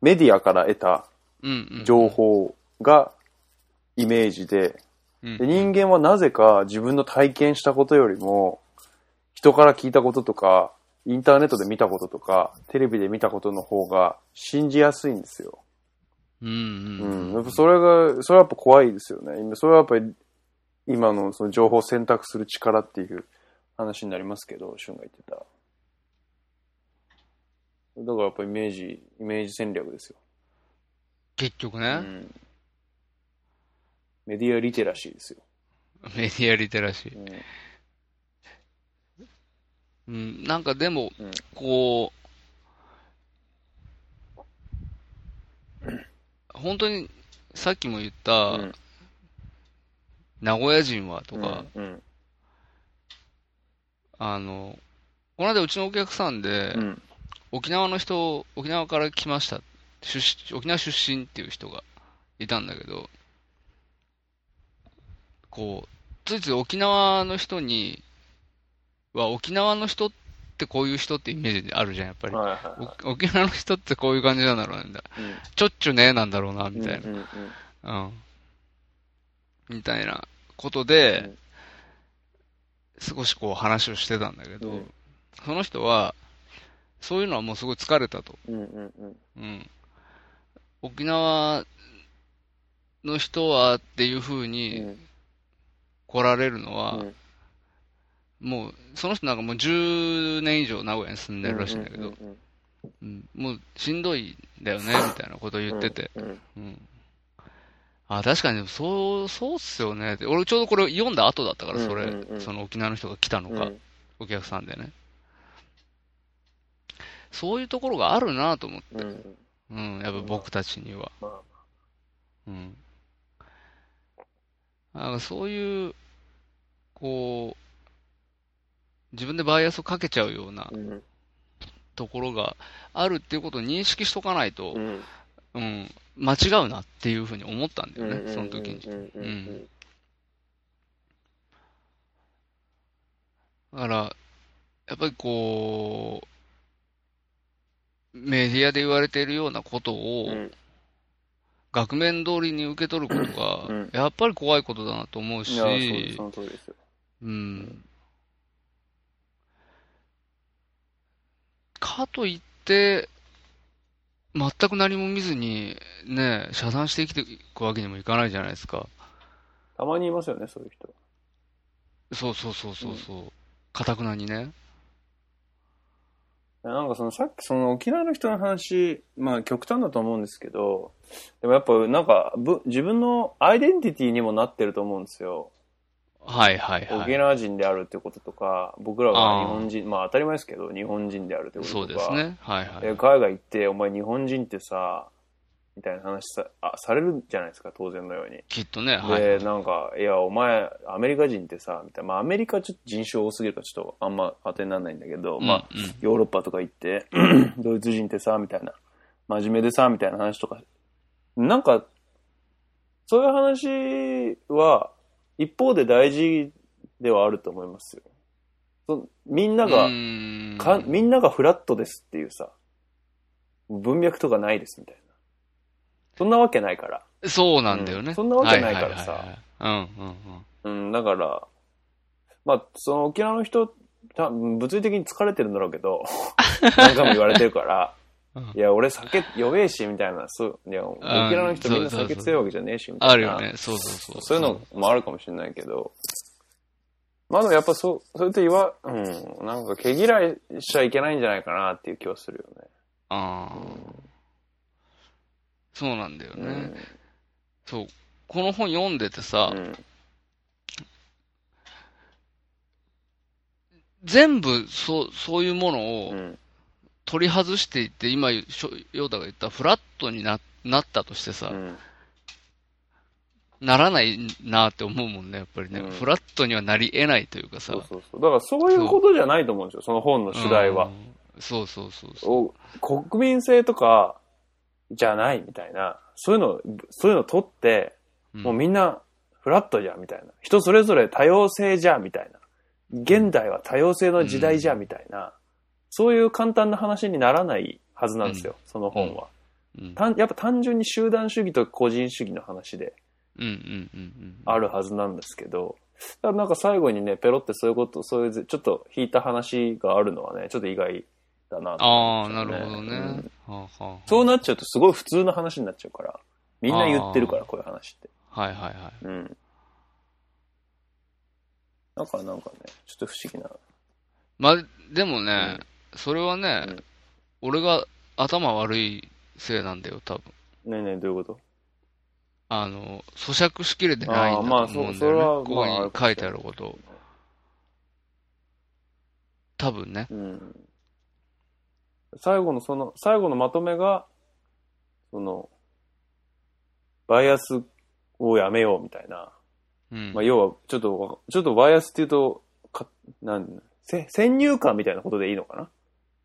メディアから得たそううんうん。情報がイメージでうん。で人間はなぜか自分の体験したことよりも人から聞いたこととかインターネットで見たこととかテレビで見たことの方が信じやすいんですよ。うんうんううんん、やっぱそれがそれはやっぱ怖いですよね。今それはやっぱり今のその情報を選択する力っていう話になりますけど、シュンが言ってた。だからやっぱイメージ、イメージ戦略ですよ。結局うね、ん、メディアリテラシーですよ。 メディアリテラシー。うんうん、なんかでもうん、こう、本当にさっきも言ったうん、名古屋人はとか、うんあの、この間うちのお客さんでう、ん沖縄の人、沖縄から来ました、出身沖縄出身っていう人がいたんだけど、こう、ついつい沖縄の人に、は沖縄の人ってこういう人ってイメージあるじゃん、やっぱり。はいはいはお沖縄の人ってこういう感じなんだろうね。いちょっちゅねなんだろうな、うんみたいうんうんうんな。うん。みたいなことで、少しこう話をしてたんだけうどん、その人は、そういうのはもうすごい疲れたと。うんうんうんうん。沖縄の人はっていう風に来られるのは、もう、その人なんかもう10年以上名古屋に住んでるらしいんだけど、うんうんもうしんどいんだよね、みたいなことを言ってて。うんうん。あ、確かに、そう、そうっすよねって。俺ちょうどこれ読んだ後だったから、そうれ。んうんうんその沖縄の人が来たのうんか、お客さんでね。そういうところがあるなと思って。うんうんうん、やっぱ僕たちには。まあうん。なんかそういう、こう、自分でバイアスをかけちゃうようなうんところがあるっていうことを認識しとかないとう、んうん、間違うなっていうふうに思ったんだようんね、その時に。うんうんうんだから、やっぱりこう、メディアで言われているようなことをう、ん額面通りに受け取ることが、うんやっぱり怖いことだなと思ういやそうですしそ、の通りですようん。かといって、全く何も見ずに、ね、遮断して生きていくわけにもいかないじゃないですか。たまにいますよねそういう人そうそうそうそうそう。かたくなにね。なんかそのさっきその沖縄の人の話、まあ極端だと思うんですけど、でもやっぱなんかぶ自分のアイデンティティにもなってると思うんですよ。はいはいは沖い。縄人であるってこととか、僕らがあー日本人、まあ当たり前ですけど、日本人であるってこととそか。うですね。はいはでい。海外行って、お前日本人ってさ、みたいな話さあされるじゃないですか、当然のように。きっとね、はい。で、なんか、いや、お前、アメリカ人ってさ、みたいな。まあ、アメリカちょっと人種多すぎるから、ちょっとあんま当てにならないんだけど、まあ、うんうんヨーロッパとか行って、 ドイツ人ってさ、みたいな。真面目でさ、みたいな話とか。なんか、そういう話は、一方で大事ではあると思いますよ。そみんなが、うかーんみんながフラットですっていうさ、文脈とかないですみたいな。そんなわけないから。そうなんだよね。うんそんなわけないからさはいはいはいはい。うんうんうん。うん、だから、まあ、その沖縄の人、た物理的に疲れてるんだろうけ ど、何回も言われてるからうん、いや、俺酒弱えし、みたいな、そう、いや、沖縄の人うんみんなそうそうそ酒う強いわけじゃねえし、みたいな。あるよね。そうそうそう。そういうのもあるかもしれないけど、まあでもやっぱそう、それと言わ、うん、なんか毛嫌いしちゃいけないんじゃないかなっていう気はするよね。ああ。そうなんだようんね。そう。この本読んでてさ、うん全部そう、そういうものうをん取り外していって、今、しょヨータが言ったフラットにな、なったとしてさ、うんならないなって思うもんね、やっぱりね。うんフラットにはなり得ないというかさ。そうそうそう。だからそういうことじゃないと思うんですよ、その本の主題はう。ん。そうそうそうそう。お国民性とかじゃないみたいな、そういうのを、そういうのを取って、うんもうみんなフラットじゃみたいな。人それぞれ多様性じゃみたいな。現代は多様性の時代じゃみたいな。そういう簡単な話にならないはずなんですよ、その本は。うん単やっぱ単純に集団主義と個人主義の話でうんうんうんうん。あるはずなんですけど、だからなんか最後にね、ペロってそういうこと、そういうぜちょっと引いた話があるのはね、ちょっと意外だなとあ思あ、いなましたるほどね。うんはあはそうなっちゃうとすごい普通の話になっちゃうから、みんな言ってるかあら、こういう話って。あ、はいはいはい。うん。だからなんかね、ちょっと不思議な。まあ、でもね、それはね、うん俺が頭悪いせいなんだよ、多分。ねえねえ、どういうことあの、咀嚼しきれてないんだとああまあそ思うんだよね。こそれはまこあに書いてあること。多分ね。うん。最後のその、最後のまとめが、その、バイアスをやめようみたいな。うん。まあ、要は、ちょっとわ、ちょっとバイアスっていうと、か、なん、せ先入観みたいなことでいいのかな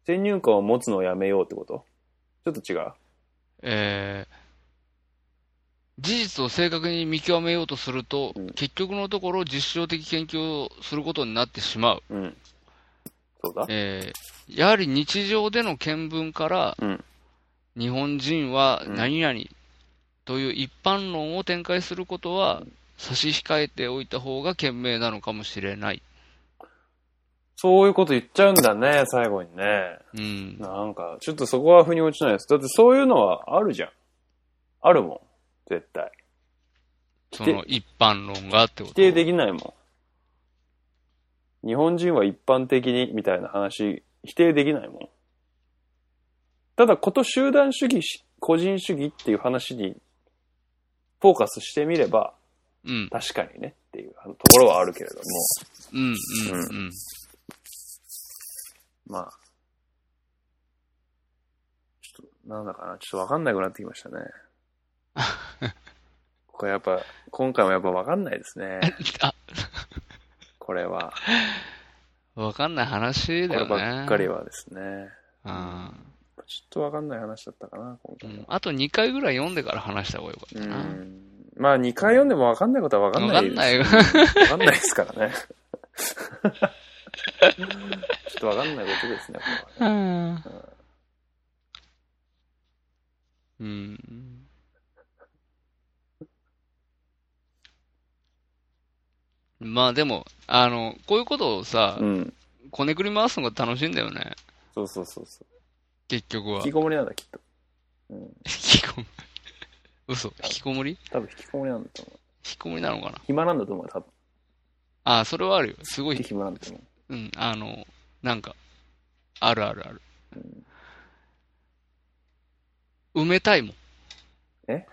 先入観を持つのをやめようってことちょっと違うえー事実を正確に見極めようとすると、うん結局のところ実証的研究をすることになってしまう。うん。そうだえーやはり日常での見聞から、うん日本人は何々という一般論を展開することは差し控えておいた方が賢明なのかもしれない。そういうこと言っちゃうんだね、最後にね。うん。なんか、ちょっとそこは腑に落ちないです。だってそういうのはあるじゃん。あるもん。絶対。その一般論がってこ否と。定できないもん。日本人は一般的に、みたいな話、否定できないもん。ただ、こと集団主義し、個人主義っていう話に、フォーカスしてみれば、うん。確かにね、っていうところはあるけれども。うん。うん。ううん。まあ。ちょっと、なんだかな、ちょっとわかんなくなってきま したね。これやっぱ、今回もやっぱわかんないです ね。あ、これは。わかんない話こだれよね。ばっかりはですね。うん。ちょっとわかんない話だったかな、今う回んは。あと2回ぐらい読んでから話した方がよかっうたな。ん。まあ、2回読んでもわかんないことはわかんないです。わかわかんないですから ね。ちょっとわかんないことですね、これはねうんうん。まあでも、あの、こういうことをさ、うん。こねくり回すのが楽しいんだよね。そうそうそうそう。結局は。引きこもりなんだ、きっと。うん。引きこもり。嘘。引きこもり引多分引きこもりなんだと思う。きこもりなのかな暇なんだと思う、多分。あ、それはあるよ。すごい、暇なんだと思う。うん、あの、なんか、あるあるある。埋めたいもん。え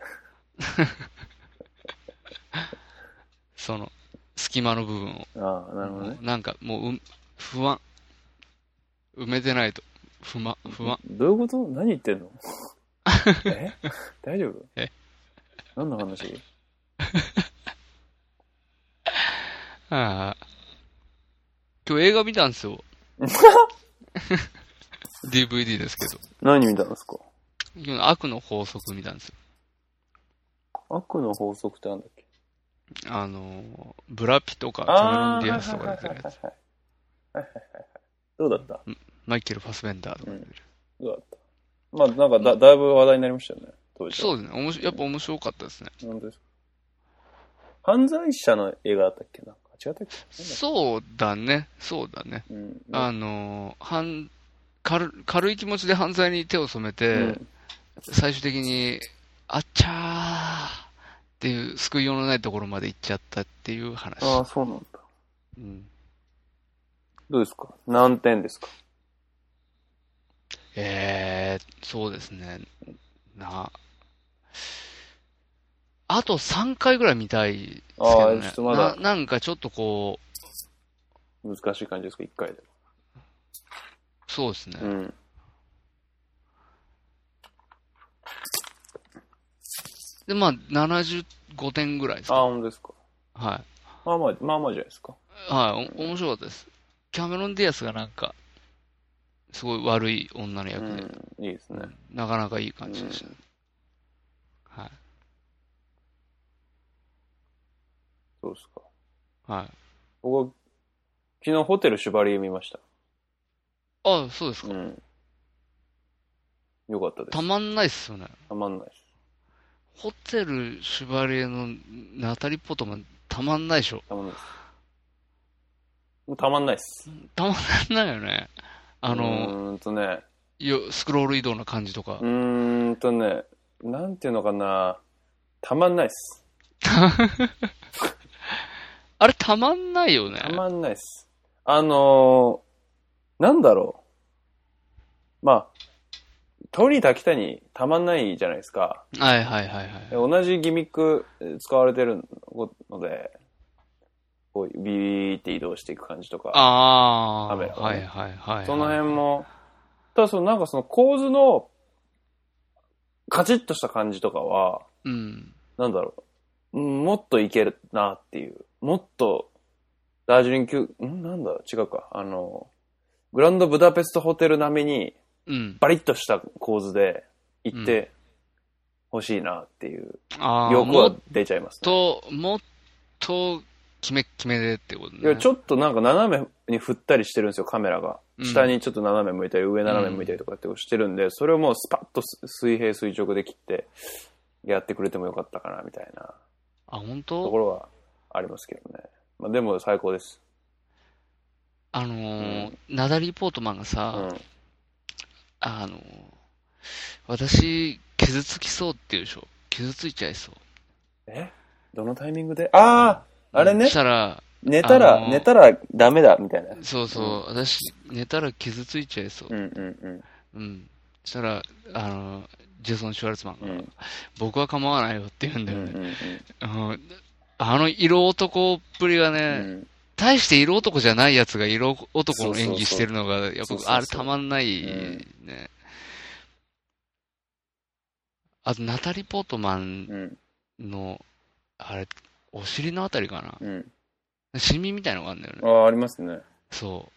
その、好隙間の部分を。ああ、なるほどね。なんかもううん、不安。埋めてないと。不満、不安。どういうこと何言って んのえ大丈夫え何の話ああ。今日映画見たんです よ。DVD ですけど。何見たんですか今日の悪の法則見たんですよ。悪の法則ってなんだっけあの、ブラピとか、キャメロン・ディアスとか出てるやつ。はいはいはいはいはいはいはいはいどうだったマイケル・ファスベンダーとか出てる。どうだったまあ、なんかだ、だいぶ話題になりましたよね。当時は。そうですね。おもしやっぱ面白かったですね。本当ですか犯罪者の映画だったっけなんか違ったっけそうだね。そうだね。うん。あの、犯軽軽い気持ちで犯罪に手を染めて、うん最終的に、あっちゃーっていう、救いようのないところまで行っちゃったっていう話。ああ、そうなんだ。うんどうですか何点ですかえー、そうですね。な。あと3回ぐらい見たいですけどあーちょねっ。とまだな、なんかちょっとこ難しい感じですか一回で。う、そうですね。うん。で、まあ、75点ぐらいですあか。あ、本当ですか。はい。まあまあ、まあまあじゃないですか。はい、お面白かったです。キャメロン・ディアスがなんか、すごい悪い女のう役で、ん。いいですね。なかなかいい感じでしたね。はい。そうですか。はい。僕は、昨日ホテル縛り見ました。あ、そうですか。うん。よかったです。たまんないっすよね。たまんないです。ホテル・シュバリエのナタリー・ポートマン、たまんないでしょ。たまんないです。もうたまんないです。たまんないよね。あの、うーんとね、よスクロール移動の感じとかう。ーんとね、なんていうのかな、たまんないっす。あれ、たまんないよねた。まんないっす。あのー、なんだろう。まあ、鳥滝谷たまんないじゃないですか。はいはいはいはい。同じギミックえ使われてるので、こうビーって移動していく感じとか。ああ、カメラはがいねはいはいはい。その辺も、ただそのなんかその構図のカチッとした感じとかは、うん。なんだろう、うんもっといけるなっていう、もっと、ダージリン級、んなんだ違うか、あの、グランドブダペストホテル並みにうん。バリッとした構図で行ってほしいなっていうああ、欲もはっ出ちゃいますね。と、もっと、決め、決めでってことね。いやちょっとなんか斜めに振ったりしてるんですよ、カメラが。うん下にちょっと斜め向いたり、上斜め向いたりとかってしてるんで、それをもうスパッとす水平垂直で切って、やってくれてもよかったかな、みたいなあ、本とこ当ろはありますけどね。まあでも最高です。あのー、ナダリー・ポートマンがうさ、ん。あのー、私、傷つきそうって言うでしょ。傷ついちゃいそう。えどのタイミングであああれねしたら、寝たら、あのー寝たらダメだ、みたいな。そうそう、私、寝たら傷ついちゃいそうう。んうんうん。したら、あのー、ジェイソン・シュワルツマンうが、ん。うん僕は構わないよって言うんだうよんね。うんうんあの、色男っぷりがうね、ん。大して色男じゃないやつが色男の演技してるのが、そやっうそうそうぱ、あれたまんないね。あと、ナタリー・ポートマンうんの、あれ、お尻のあたりかな。うん。シミみたいのがあるんだよあね。あ、ありますね。そ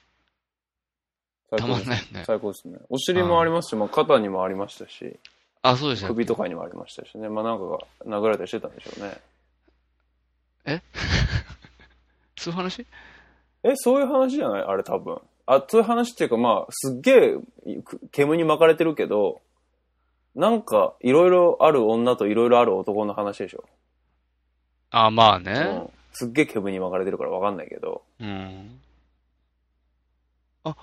最う。高でたますんないよね。最高ですね。お尻もありますし、まあ、肩にもありましたし、あ、そうでした。首とかにもありましたしね。まあ、なんかが殴られたりしてたんでしょうね。そういう話え、そういう話じゃないあれ多分。あ、そういう話っていうか、まあ、すっげえく煙に巻かれてるけど、なんか、いろいろある女といろいろある男の話でしょ。あ、まあうね。ん。すっげえ煙に巻かれてるからわかんないけど、うん。あ、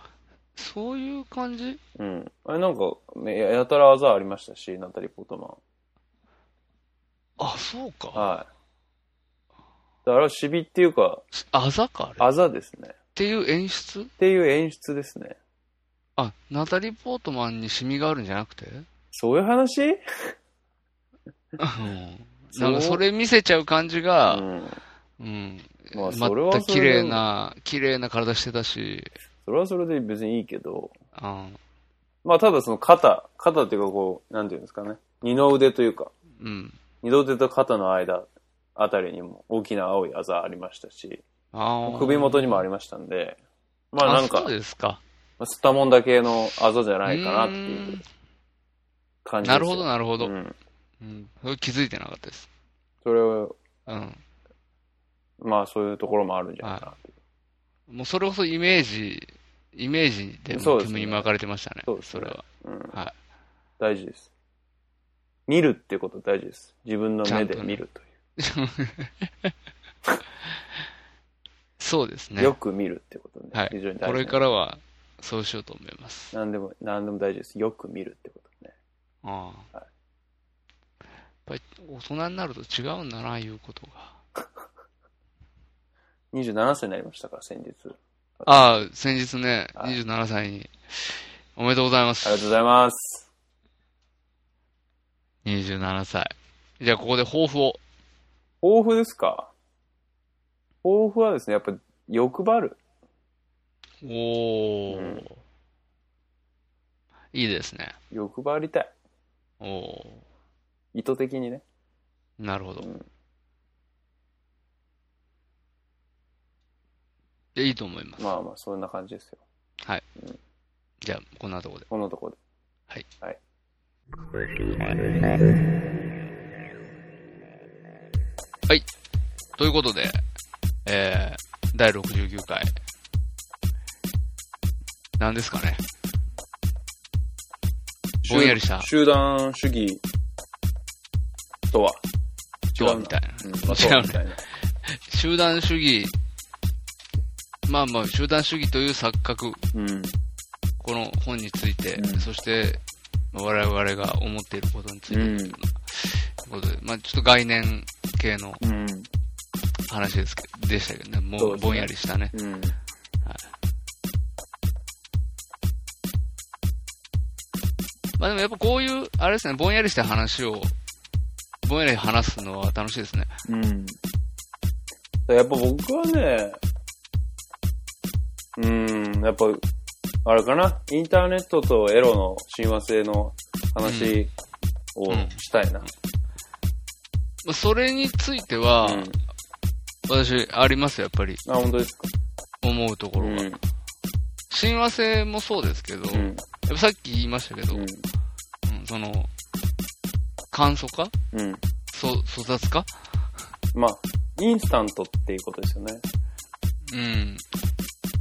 そういう感じうん。あれなんか、ねややたらあざありましたし、ナタリー・ポートマあ、そうン。か。はい。だから、シビっていうか、あざか、あれ。っあざですね。っていう演出ていう演出ですね。あ、ナタリー・ポートマンにシミがあるんじゃなくてそういう話うんそうなんかそれ見せちゃう感じうが、ん。うん、まあ、まそれはたそ綺れで麗な、綺麗な体してたし、それはそれで別にいいけど、あまあ、ただその肩、肩っていうかこう、なんていうんですかね。二の腕というか、うん。二の腕と肩の間あたりにも大きな青いあざありましたし、あー首元にもありましたんで、まああ、なんかそう、ですか。吸ったもんだけのあざじゃないかなっていう感じですなよるほど、なるほど。うん。うん。それ気づいてなかったです。それは、うん。まあそういうところもあるんじゃないかなっていう。もうそれこそイメージ、イメージでそうもですね煙に巻かれてましたね。そうですねれは。うんはい大事です。見るってこと大事です。自分の目で見るという。そうですね。よく見るってことね。はい非常に大事。これからは、そうしようと思います。何でも、何でも大事です。よく見るってことね。ああ。やっぱり、大人になると違うんだな、いうことが。 27歳になりましたから、先日。ああ、先日ね、はい27歳に、おめでとうございまありがとうす。ございます。 27歳。じゃあ、ここで抱負を。抱負ですか抱負はですね、やっぱ欲張る。おお、うんいいですね。欲張りたい。おお意図的にね。ーなるほど。うんいやいいと思います。まあまあ、そんな感じですよ。じゃあ、こんなところで。こんなところで。ということで、えー、第69回。何ですかね。ぼんやりした集団主義とは今日みたいな。うんまあとはみたいな。集団主義、まあまあ、集団主義という錯覚、うん。この本について、うんそして、まあ我々が思っていることについて、うんということで、まあちょっと概念系のうん。話ですけど、でしたけどね、もそううですねぼんやりしたね。うん。まあでもやっぱこういう、あれですね、ぼんやりした話を、ぼんやり話すのは楽しいですね。うん。やっぱ僕はね、うん、やっぱ、あれかな、インターネットとエロの親和性の話をうんしたいな。まあそれについては、うん私、ありますよ、やっぱり。あ、本当ですか。思うとこうろん。が。親和性もそうですけど、うやっん。ぱさっき言いましたけど、うんうんその、簡素化うん。そ粗雑化まあ、インスタントっていうことですよね。うん。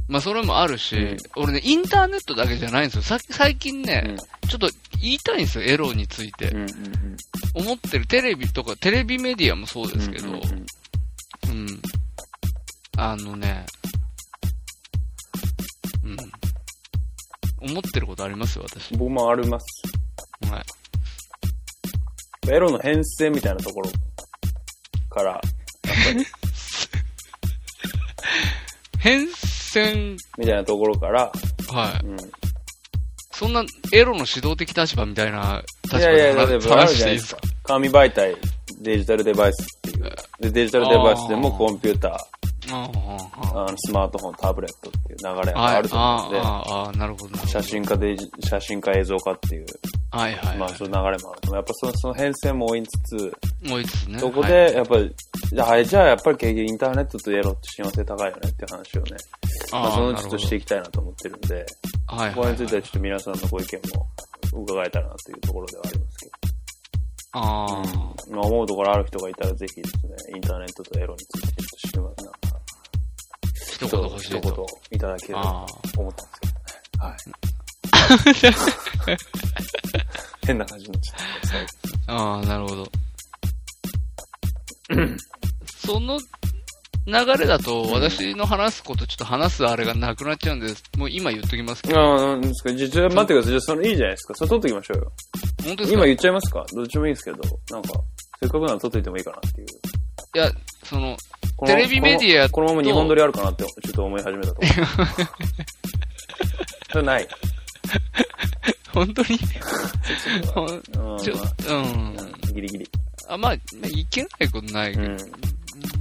まあ、それもあるし、うん俺ね、インターネットだけじゃないんですよ。さ最近ね、ちょっと言いたいんですよ、エロについて。うん。うん。うん。思ってるテレビとか、テレビメディアもそうですけど、ううんうんんうんあのね、うん。思ってることありますよ、私。僕もあります。はい。エロの変遷みたいなところから、変遷、みたいなところから、はい。うん。そんな、エロの指導的立場みたいな立場いやいや、例でえ話ばある話しじゃないていいでですすかか。紙媒体、デジタルデバイスっていう。で、デジタルデバイスでもあーコンピュータあああー、あのスマートフォン、タブレットっていう流れああがあると思うんあで、あああなるほどなるほど。写真家デジ、写真家映像化っていう、はいはい、はい。まあそういう流れもあると思う。やっぱそのその変遷も追いつつ、もういいですね。そこはいで、やっぱり、じゃあ、はいじゃあやっぱり結局インターネットとエロって親和性高いよねっていう話をね、まあそのうちとしていきたいなと思ってるんで、ああなるこほどこはいはいはいについてはちょっと皆さんのご意見も伺えたらなというところではありますけど。あまあ、思うところある人がいたらぜひですね、インターネットとエロについてちょっと知るなんか、ー、一言欲しい一と。言いただければと思ったんですけどね。はい。変な感じになっちゃった最後。ああ、なるほど。 その流れだと、私の話すこと、ちょっと話すあれがなくなっちゃうんです。もう今言っときますけど。ああ、なんですか。じゃあちょっと待ってください。じゃあ、そのいいじゃないですか。それ取ってきましょうよ。本当です今か言っちゃいますかどっちもいいですけど、なんか、せっかくなら取っていてもいいかなっていう。いや、その、このままテレビメディアとこのままこのまま日本撮りあるかなって、ちょっと思い始めた ところ。それない。本 当に、ほんうん、ちょまあ、うん。ギリギリ。あ、まあ、いけないことないけう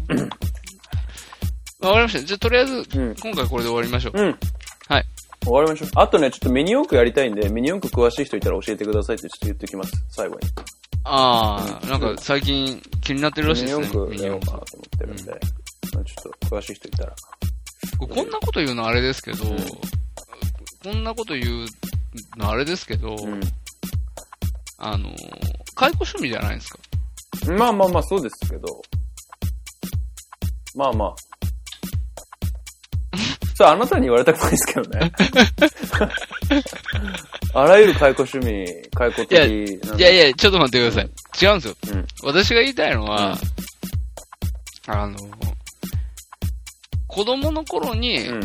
ど。ん。 わかりました。じゃあ、とりあえず、うん。今回これで終わりましょう。うん。はい。終わりましょう。あとね、ちょっとミニ四駆やりたいんで、ミニ四駆詳しい人いたら教えてくださいってちょっと言っておきます。最後に。ああ、なんか最近気になってるらしいミでニす四駆ね。ミやニろ四うかな駆と思ってるんで、まあちょっと詳しい人いたら。こんなこと言うのあれですけど、んこんなこと言うのあれですけど、うあの、解雇趣味じゃないですか。ん。まあまあまあ、そうですけど。まあ まあ。それあなたに言われたくないですけど ね。あらゆる解雇趣味、解雇的いやなんいやいや、ちょっと待ってください。違うんですよ。うん私が言いたいのは、あの、子供の頃にうん。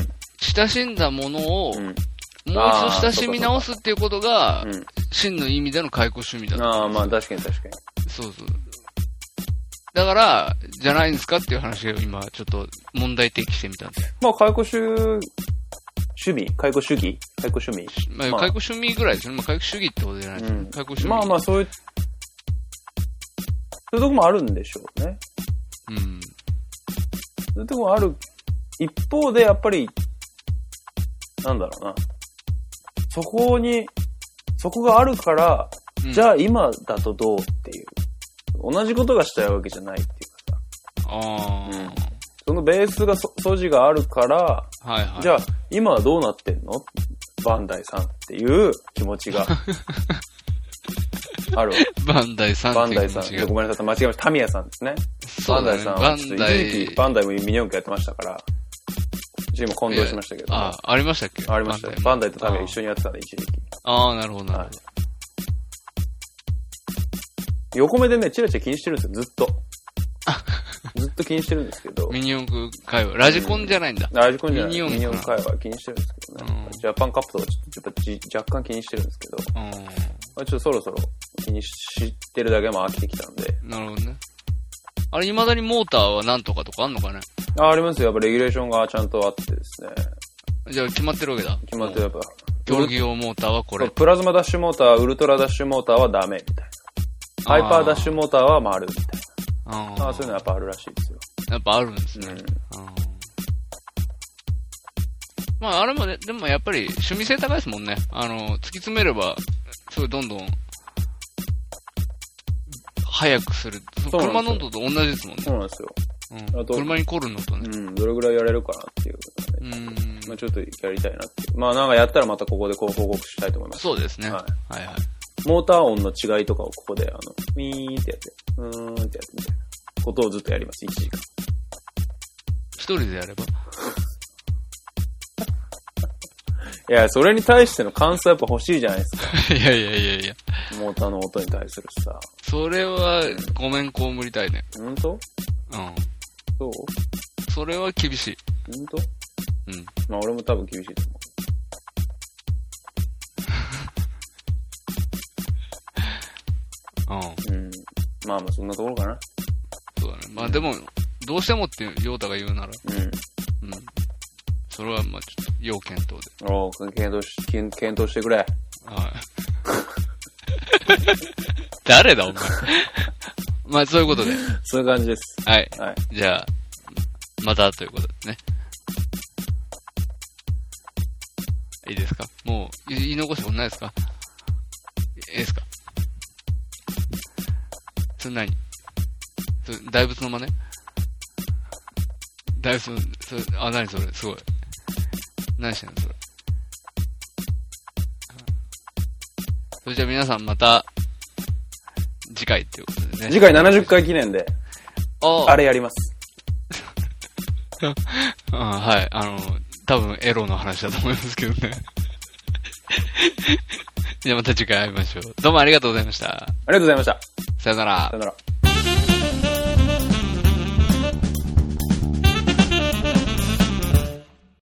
親しんだものを、うん。もう一度親しみ直すっていうことが、うん。真の意味での解雇趣味だと。ああ、まあ確かに確かに。そうそう。だから、じゃないんですかっていう話を今、ちょっと問題提起してみたんです。まあ解雇主、趣味解雇主義解雇趣味まあ、まあ解雇趣味ぐらいですよね。まあ、解雇主義ってことじゃないですうねん。解雇主義。まあまあそういう、そういうとこもあるんでしょうね。うん。そういうとこもある。一方で、やっぱり、なんだろうな。そこに、そこがあるから、うんじゃあ今だとどうっていう。同じことがしたいわけじゃないっていうかさ。あーうんそのベースがそ、素地があるから、はいはい。じゃあ今はどうなってんのバンダイさんっていう気持ち が。あるわバンダイさんバっンてダイいう気さん。持ちいがやごめんなさい、間違えました。タミヤさんですね。そバうンだダイねさんバはちょンっダと一時イ期、。バンダイもミニ四駆やってましたから、ちょっと今混同しましたけど。あ、ありましたっけありましたよ。バンダイとタミヤ一緒にやってたんで、一時期。ああー、なるほどなるはほど。い。横目でね、チラチラ気にしてるんですよ、ずっ と。ずっと気にしてるんですけど。ミニ四駆会話。ラジコンじゃないんだ。ラジコンじゃないミニミ四駆ニ四駆会は気にしてるんですけどね。うんジャパンカップとかちょっとやっぱじ若干気にしてるんですけど、うん。まあちょっとそろそろ気にしてるだけも飽きてきたんで。なるほどね。あれ、未だにモーターはなんとかとかあんのかねあ、ありますよ。やっぱレギュレーションがちゃんとあってですね。じゃあ、決まってるわけだ。決まってやっぱ。競技用モーターはこれ。プラズマダッシュモーター、ウルトラダッシュモーターはダメみたいな。ハイパーダッシュモーターは丸みたいあな。あああ、そういうのやっぱあるらしいですよ。やっぱあるんですね。あーまあ、あれもね、でもやっぱり趣味性高いですもんね。あの、突き詰めれば、すごいどんどん、速くする。そうなんですよ車の音と同じですもんね。そうなんですよ。うんあと車に凝るのとね。うん、どれぐらいやれるかなっていうことね。うん。まあちょっとやりたいなっていう。まあなんかやったらまたここでこう報告したいと思います。そうですね。は、はいはい、はい。モーター音の違いとかをここで、あの、ウィーンってやって、うーんってやってみたいなことをずっとやります、1時間。一人でやれば。 いや、それに対しての感想やっぱ欲しいじゃないですか。いやいやいやいや。モーターの音に対するさ。それは、ごめん、こうむりたいね。本当うん。そうそれは厳しい。本当うん。まあ俺も多分厳しいと思う。うん。うん。まあまあそんなところかな。そうだね。まあでも、どうしてもって、ヨータが言うなら、うん。うん。それは、まあちょっと、要検討で。おう検討し、検検討してくれ。はい。誰だ、お前。まあ、そういうことで。そういう感じです。はい。はい。じゃあ、またということですね。いいですかもう、い言い残したことないですかええですかそれ何それ大仏の真似大仏の、それ、あ、何それすごい。何してんのそれ。それじゃあ皆さんまた、次回ということでね。次回70回記念で、ああれやります。うん、はい。あの、多分エロの話だと思いますけどね。 じゃあまた次回会いましょう。どうもありがとうございました。ありがとうございました。さよならさよ。なら。